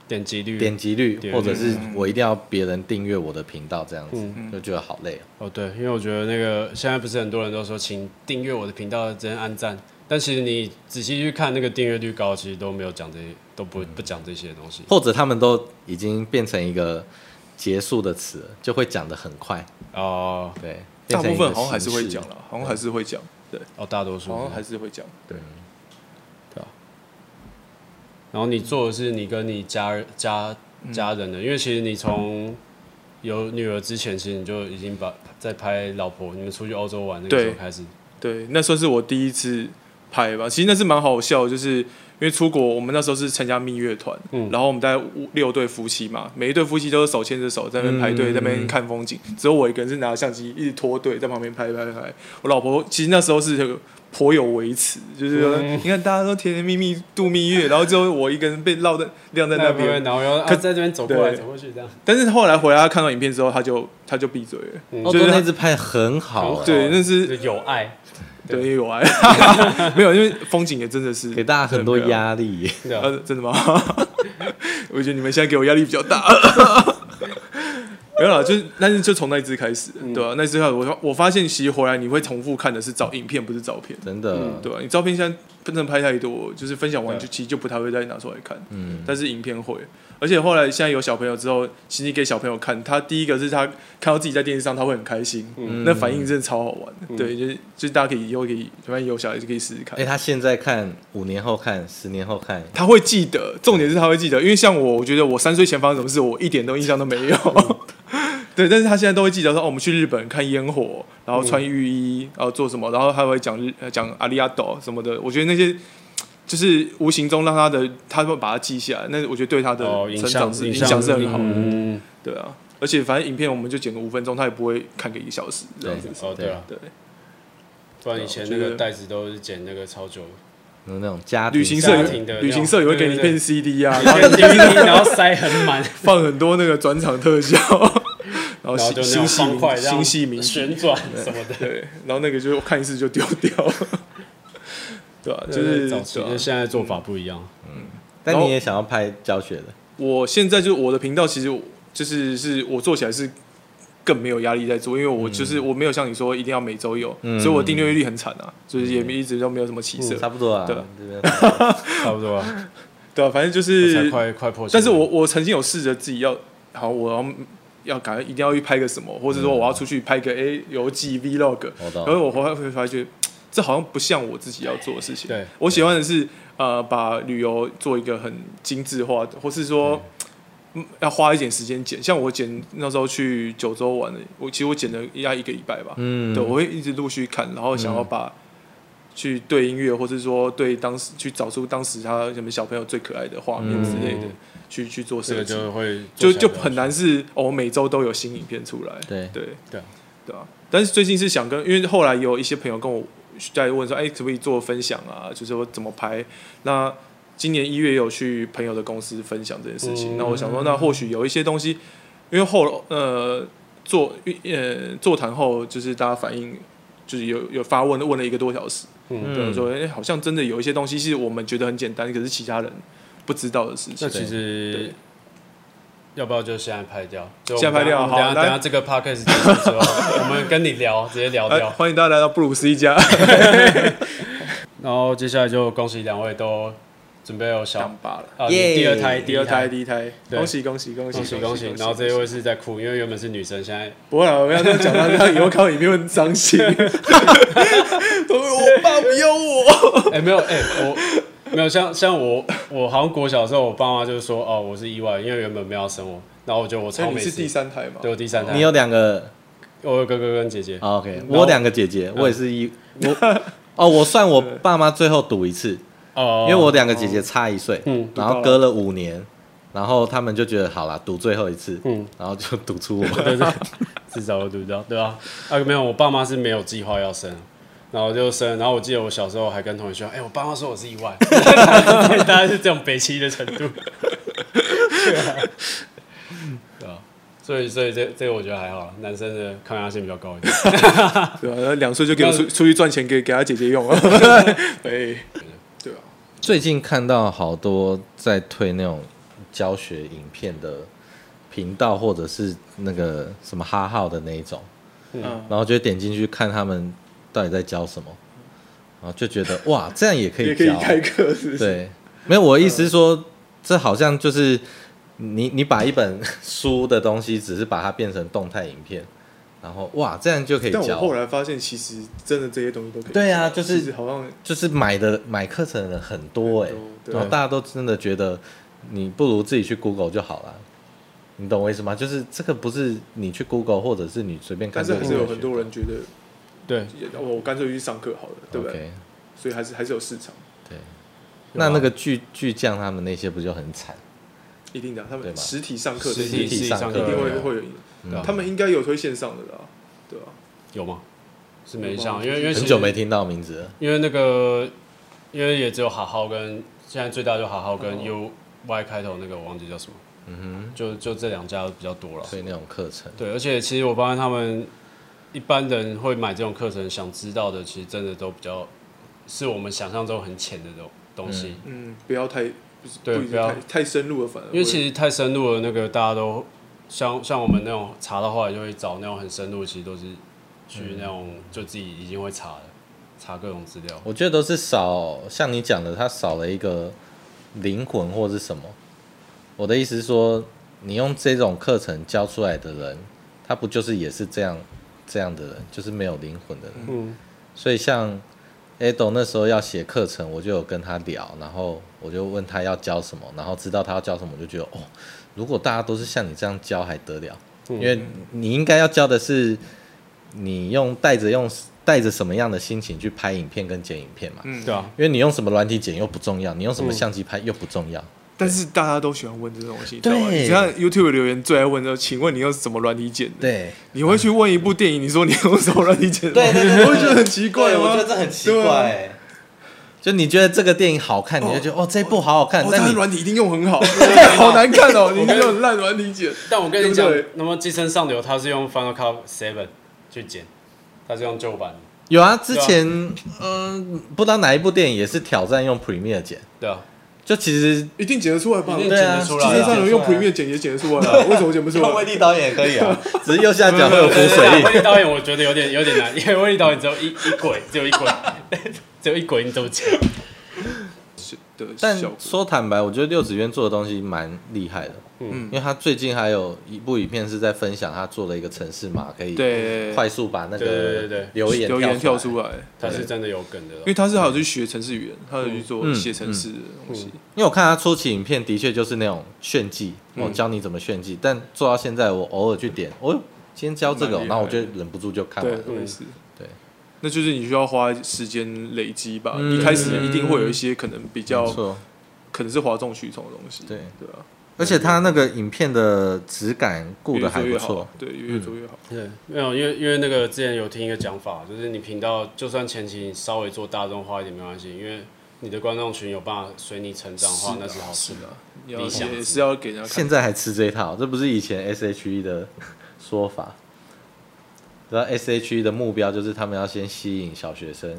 S1: 点击率
S3: 点击率，
S1: 点
S3: 或者是我一定要别人订阅我的频道这样子，
S2: 嗯
S3: 就觉得好累哦。
S1: 哦，对，因为我觉得那个现在不是很多人都说，请订阅我的频道，真按赞。但其实你仔细去看那个订阅率高，其实都没有讲这些，都不
S2: 嗯
S1: 不讲这些东西。
S3: 或者他们都已经变成一个结束的词了，就会讲得很快。
S1: 哦
S3: 对，
S2: 大
S3: 变成
S2: 部
S3: 一
S2: 分
S3: 个
S2: 好像还是会
S3: 形式
S2: 讲了，好像还是会讲，对，
S1: 哦，大多数
S2: 好像
S1: 是。
S2: 还是会讲。
S1: 然后你做的是你跟你家家
S2: 嗯
S1: 家人的，因为其实你从有女儿之前，其实你就已经把在拍老婆，你们出去欧洲玩那个
S2: 对
S1: 时候开始，
S2: 对，那算是我第一次拍吧。其实那是蛮好笑的，就是因为出国，我们那时候是参加蜜月团，
S1: 嗯
S2: 然后我们大概五六对夫妻嘛，每一对夫妻都是手牵着手在那边排
S3: 嗯
S2: 队，在那边看风景。只有我一个人是拿相机一直拖队在旁边拍拍拍。我老婆其实那时候是颇有微词，就是说、
S3: 嗯
S2: 你看大家都甜甜蜜蜜度蜜月，然后最后我一个 人被落在晾在那边，
S1: 然后又
S2: 可
S1: 可在这边走过来
S2: 对
S1: 走过去这样，
S2: 但是后来回来他看到影片之后，他就他哦就闭嘴了。
S3: 欧洲哦那支拍得很好、
S1: 很好
S2: 对，那是
S1: 就有爱，
S2: 对也有爱， 没有，因为风景也真的是
S3: 给大家很多
S2: 对啊
S3: 压力。
S1: 对啊，
S2: 呃，真的吗？我觉得你们现在给我压力比较大。 没有啦，就是但是就从那一支开始，对啊吧、那一支开始，我发我发现其实回来你会重复看的是照影片，不是照片，
S3: 真的，
S2: 对啊吧、你照片现在真的拍太多，就是分享完就其实就不太会再拿出来看，
S3: 嗯，
S2: 但是影片会。而且后来现在有小朋友之后，其实你给小朋友看，他第一个是他看到自己在电视上，他会很开心，那反应真的超好玩的。对，就是就是大家可以以后可以，反正有小孩就可以试试看。
S3: 哎、他现在看，五年后看，十年后看，
S2: 他会记得，重点是他会记得，因为像我，我觉得我三岁前发生什么事，我一点都印象都没有。
S1: 嗯
S2: 对，但是他现在都会记得说，哦，我们去日本看烟火，然后穿浴衣，
S1: 嗯
S2: 然后做什么，然后他会讲日呃讲阿里亚斗什么的。我觉得那些就是无形中让他的，他会把它记下来。那我觉得对他的
S1: 哦，影
S2: 成
S1: 像
S2: 长是、影响是很好的，
S1: 嗯，
S2: 对啊。而且反正影片我们就剪个五分钟，他也不会看个一个小时这样子。
S1: 哦对啊，
S2: 对，
S1: 不然以前那个袋子都是剪那个超久，
S3: 有那种家庭
S2: 旅行社
S3: 上
S1: 家庭的那
S2: 有
S1: 种
S2: 旅行社也会给你一
S1: 对对
S2: 片 CD 啊，然后
S1: 剪 DVD 然后塞很 满，
S2: 放很多那个转场 特效，然后
S1: 然后
S2: 新
S1: 就那种
S2: 新戏
S1: 方块
S2: 名
S1: 这样
S2: 新戏名
S1: 旋转什么的，
S2: 对，然后那个就看一次就丢掉， 对吧、啊？
S1: 对
S2: 就是
S1: 早期
S2: 对啊
S1: 跟现在做法不一 样，
S3: 但你也想要拍教学的，
S2: 我现在就我的频道，其实我就是是我做起来是更没有压力在做，因为我
S1: 嗯
S2: 就是、我没有像你说一定要每周有，
S3: 嗯
S2: 所以我订阅率很惨啊，就是也
S1: 嗯
S2: 一直都没有什么起色，
S3: 差不多啊。
S2: 哦对
S3: 这边
S1: 差不多啊，
S2: 对啊？反正就
S1: 我才
S2: 是，
S1: 快快破千了，
S2: 但是我我曾经有试着自己要好，我要要赶快一定要去拍个什么，或者
S1: 嗯
S2: 说我要出去拍个哎游记 vlog，
S3: 我
S1: 哦
S2: 可是
S3: 懂。
S2: 我后来会发觉，这好像不像我自己要做的事情。
S1: 对
S2: 我喜欢的是呃，把旅游做一个很精致化的，或是说。嗯要花一点时间剪，像我剪那时候去九州玩的，我其实我剪了应该一个礼拜吧。
S3: 嗯
S2: 对，我会一直陆续看，然后想要把、去对音乐，或是说对当时去找出当时他什么小朋友最可爱的画面之类的，
S1: 嗯
S2: 去去做
S1: 这
S2: 设
S1: 个
S2: 计，
S1: 就会
S2: 就
S1: 做啊起来
S2: 就
S1: 比较
S2: 很难是哦，我每周都有新影片出来。
S3: 对
S2: 对
S1: 对啊
S2: 对啊。但是最近是想跟，因为后来有一些朋友跟我在问说，哎，可不可以做分享啊？就是说怎么拍。那今年一月有去朋友的公司分享这件事情，
S1: 嗯
S2: 那我想说，那或许有一些东西，因为后呃座呃座谈后，就是大家反应。就是有有发问，问了一个多小时，
S1: 嗯，
S2: 对，我说哎、好像真的有一些东西是我们觉得很简单，可是其他人不知道的事
S1: 那
S2: 情。
S1: 其实
S2: 对
S1: 要不要就现在拍掉？就我们
S2: 现在拍掉
S1: 等下
S2: 好
S1: 等
S2: 来
S1: 下这个 podcast 结束之后，我们跟你聊，直接聊
S2: 哎、
S1: 掉。
S2: 欢迎大家来到布鲁斯一家。
S1: 然后接下来就恭喜两位都准备有小
S2: 当爸了，
S1: 啊，
S3: 耶
S1: 你第二胎，
S2: 第二胎，。第一胎，
S1: 对
S2: 恭喜恭喜恭喜
S1: 恭喜恭喜！然后这一位是在哭，因为原本是女生，现在
S2: 不会啦，我不要这样讲他，他以后看到影片会很伤心。哦我爸不要我，
S1: 哎没有哎我没有像像我我好像国小的时候，我爸妈就是说哦我是意外，因为原本没有要生我，然后我觉得我
S2: 所
S1: 超
S2: 以你
S1: 没
S2: 是第
S1: 事，
S2: 三胎嘛？
S1: 对我第三胎，
S3: 你有两个
S1: 我有哥哥跟姐姐，
S3: 哦，OK，
S1: 后
S3: 我有两个姐姐，
S2: 嗯
S3: 我也是一我哦，我算我爸妈最后赌一次，
S1: 哦
S3: 因为我两个姐姐差一
S2: 哦
S3: 岁，
S1: 嗯
S3: 然后隔了五年，然后他们就觉得好啦，赌最后一次，
S1: 嗯
S3: 然后就赌出我。
S1: 对对，至少我读到，对啊，啊没有，我爸妈是没有计划要生，然后就生，然后我记得我小时候还跟同学说，哎、我爸妈说我是意外， 大家是这种北欺的程度，对 啊，对啊，所以所以这这个我觉得还好啦，男生的抗压性比较高一点，
S2: 对啊，然后两岁就给我出
S1: 那
S2: 出去赚钱，给给他姐姐用啊。哎，对啊，
S3: 最近看到好多在推那种教学影片的频道，或者是那个什么哈号的那一种，
S2: 嗯，
S3: 然后就会点进去看他们到底在教什么，然后就觉得哇，这样也可以
S2: 也可以
S3: 教，
S2: 开课是不是？
S3: 对，没有我的意思是说，这好像就是你你把一本书的东西，只是把它变成动态影片，然后哇，这样就可以
S2: 但我后
S3: 教。
S2: 来发现，其实真的这些东西都可以。
S3: 对啊，就
S2: 其实
S3: 是
S2: 好像
S3: 就是买的买课程的人很多哎、
S2: 很多对啊
S3: 然后大家都真的觉得你不如自己去 Google 就好了。你懂我意思吗？就是这个不是你去 Google 或者是你随便看
S2: 但
S3: 就是
S2: 还
S3: 可以学
S2: 是
S3: 到，
S2: 有很多人觉得，
S1: 对，
S2: 也我我干脆去上课好了，对不对
S3: OK，
S2: 所以还是还是有市场，
S3: 那那个巨巨匠他们那些不就很惨？
S2: 一定的啊，他
S3: 对
S2: 们
S3: 吧
S2: 实体上课的
S1: 实体
S2: 一定
S1: 实体上
S3: 实体上课
S2: 会
S3: 对啊
S2: 会有影，
S3: 嗯
S1: 对啊
S2: 他们应该有推线上的啦，对吧？啊
S1: 有吗？是没
S2: 有吗
S1: 像，因为因为
S3: 很
S1: 其
S3: 久
S1: 实
S3: 没听到名字了。
S1: 因为那个，因为也只有好好跟现在最大就好好跟 U Y 开头那个我忘记叫什么，
S3: 嗯
S1: 就就这两家比较多了
S3: 哼，。所以那种课程，
S1: 对，而且其实我发现他们一般人会买这种课程，想知道的其实真的都比较是我们想象中很浅的这种东西，
S2: 嗯，不要太不是
S1: 对
S2: 不一定
S1: 不要
S2: 太太深入了，反而
S1: 因为其实太深入了，那个大家都像像我们那种查到后来就会找那种很深入，其实都是去那种就自己已经会查的，查各种资料。
S3: 我觉得都是少，像你讲的，它少了一个灵魂或是什么。我的意思是说，你用这种课程教出来的人，他不就是也是这样这样的人，就是没有灵魂的人。
S1: 嗯，
S3: 所以像 Ado 那时候要写课程，我就有跟他聊，然后我就问他要教什么，然后知道他要教什么，我就觉得哦，如果大家都是像你这样教还得了？因为你应该要教的是你用带着用带着什么样的心情去拍影片跟剪影片嘛。
S2: 嗯
S1: 对啊，
S3: 因为你用什么软体剪又不重要，你用什么相机拍又不重要。
S2: 但是大家都喜欢问这种东西，你知道吗？
S3: 对
S2: 你像 YouTube 留言最爱问说，请问你用什么软体剪的？
S3: 对，
S2: 你会去问一部电影，你说你用什么软体剪的？
S3: 对对对对
S2: 我会觉得很奇怪吗？
S3: 我觉得这很奇怪、
S2: 对啊。
S3: 就你觉得这个电影好看，你就觉得哦这部好好看，
S2: 哦，
S3: 但啊
S2: 他
S3: 你
S2: 的软体一定用很 好，对好难看哦，你用烂软体剪。
S1: 但我跟你讲
S2: 对不，
S1: 那么《寄生上流》它是用 Final Cut Seven 去剪，它是用旧版的，
S3: 有啊，之前嗯、不知道哪一部电影也是挑战用 Premiere 剪，
S1: 对啊，
S3: 就其实
S2: 一定剪得出来吧？
S1: 一 定剪
S3: 对啊
S1: 得出
S2: 其
S1: 来
S2: 实
S1: 啊
S2: 上。流用 Premiere 剪也剪得出来 啊，为什么剪不出
S3: 看威
S2: 来？
S3: 力导演也可以啊，只是右下角会有浮水
S1: 对
S3: 印
S2: 啊
S1: 威。力导演我觉得有点有点难，因为威力导演只有一一轨，只有一轨，只有一轨你怎么剪？
S2: 对，
S3: 但
S2: 效果
S3: 说坦白，我觉得六子渊做的东西蛮厉害的，嗯
S1: 嗯，
S3: 因为他最近还有一部影片是在分享他做了一个城市码，可以
S2: 对
S3: 快速把那
S1: 对对
S3: 个
S1: 对对
S3: 留言
S2: 留言跳
S3: 出来。
S2: 出来，
S1: 它是真的有梗的
S2: 因
S1: 咯，
S2: 为他是还有去学程式语言，他有去
S3: 嗯
S2: 做写程式的东西。
S3: 因为我看他初期影片的确就是那种炫技，
S2: 嗯
S3: 我教你怎么炫技，但做到现在，我偶尔去点，哦，今天教这个哦，
S2: 蛮厉害的
S3: 那我就忍不住就看完
S2: 对
S3: 了，。
S2: 我也是。
S3: 嗯对，
S2: 那就是你需要花时间累积吧。
S3: 嗯
S2: 一开始一定会有一些可能比较
S3: 没错，
S2: 可能是哗众取宠的东西。
S3: 对
S2: 对啊，
S3: 而且他那个影片的质感顾
S2: 越
S3: 得还
S2: 做
S3: 不
S2: 越好
S3: 错嗯
S2: 啊，，对，越做越好。
S1: 对，没有，因为因为那个之前有听一个讲法，就是你频道就算前期你稍微做大众化一点没关系，因为你的观众群有办法随你成长的话，那是好事
S2: 是。的，你要
S1: 理想
S2: 也是要给人家看
S3: 现。在还吃这一套，这不是以前 S H E 的说法。然后 S H E 的目标就是他们要先吸引小学生，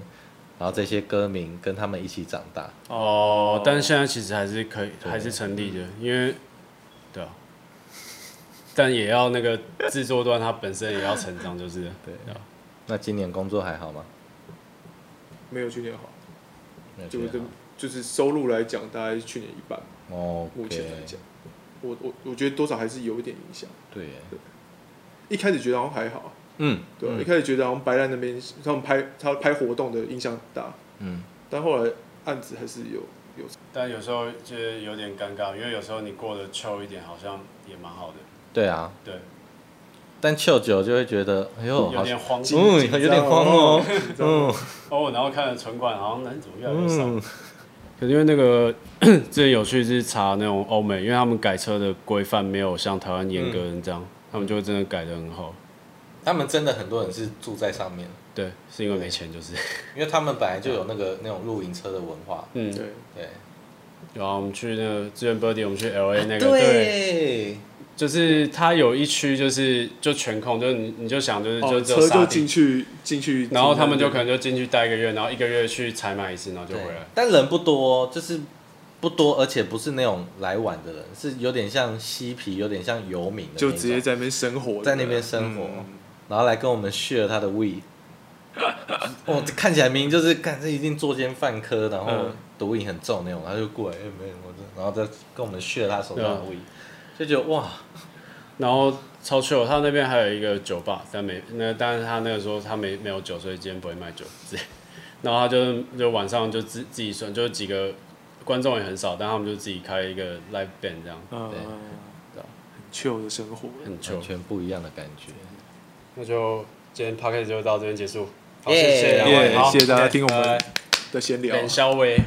S3: 然后这些歌迷跟他们一起长大。
S1: 哦，但是现在其实还是可以，还是成立的，因为对啊，但也要那个制作端它本身也要成长，就是了
S3: 对
S1: 对啊
S3: 那今年工作还好吗？
S2: 没有去年好，
S3: 没有
S2: 就
S3: 觉得
S2: 是就是收入来讲，大概去年一半，
S3: 好哦
S2: 目前来
S3: OK，
S2: 讲，我我我觉得多少还是有一点影响。
S3: 对耶，
S2: 一开始觉得好像还好，
S3: 嗯，
S2: 对啊，
S3: 嗯
S2: 一开始觉得好像白兰那边他们拍他拍活动的影响很大，
S3: 嗯，
S2: 但后来案子还是有有
S1: 但有时候就是有点尴尬，因为有时候你过得秋一点，好像也蛮好的，
S3: 对啊。
S1: 对，
S3: 但秀久就会觉得，哎呦，
S1: 有
S3: 好
S1: 点
S3: 像，
S1: 慌。
S3: 嗯，
S2: 啊
S3: 有点慌哦，嗯
S1: 哦，然后看了存款好像能怎么越来越少。
S3: 嗯，
S1: 可是因为那个 之前有去是查那种欧美，因为他们改车的规范没有像台湾严格
S3: 嗯
S1: 成这样，他们就会真的改的很好。
S3: 他们真的很多人是住在上面，
S1: 对，是因为没钱就是。
S3: 因为他们本来就有那
S2: 啊
S3: 个那种露营车的文化，
S1: 嗯，
S2: 对，
S3: 对，
S1: 然啊后我们去那个之前 Birdy，我们去 LA 那个，
S3: 啊对，
S1: 就是它有一区就是就全空，就是你你就想就是就
S2: 哦，
S1: 只有
S2: 车
S1: 沙
S2: 就
S1: 地
S2: 进，去进去，
S1: 然后他们就可能就进去待一个月，然后一个月去采买一次，然后就
S3: 对
S1: 回来。
S3: 但人不多，就是不多，而且不是那种来玩的人，是有点像嬉皮，有点像游民的那
S2: 就
S3: 种，
S2: 直接在那边生活，
S3: 在那边生活，然后来跟我们 share 他 的 we。哦，这看起来明明就是干这一定作奸犯科，然后
S2: 嗯
S3: 毒瘾很重那种，他就过来，哎、没有，我这，然后再跟我们 share 他手上的
S1: 对啊
S3: we，、就觉得哇，
S1: 然后超 chill，他那边还有一个酒吧，但没那，但是他那个时候他没没 有酒，所以今天不会卖酒之类。然后他就就晚上就自自己算，就几个观众也很少，但他们就自己开一个 live band 这样，
S2: 嗯很
S3: 对，
S2: chill 的生活。
S1: 很
S3: 完
S1: 穷。
S3: 全不一样的感觉。
S1: 那就今天 podcast 就到这边结束，好，
S3: 耶
S1: 谢谢两位，
S2: 耶
S1: 好
S2: 谢谢大家听我们
S1: 拜拜
S2: 的闲聊
S1: 冷。肖威。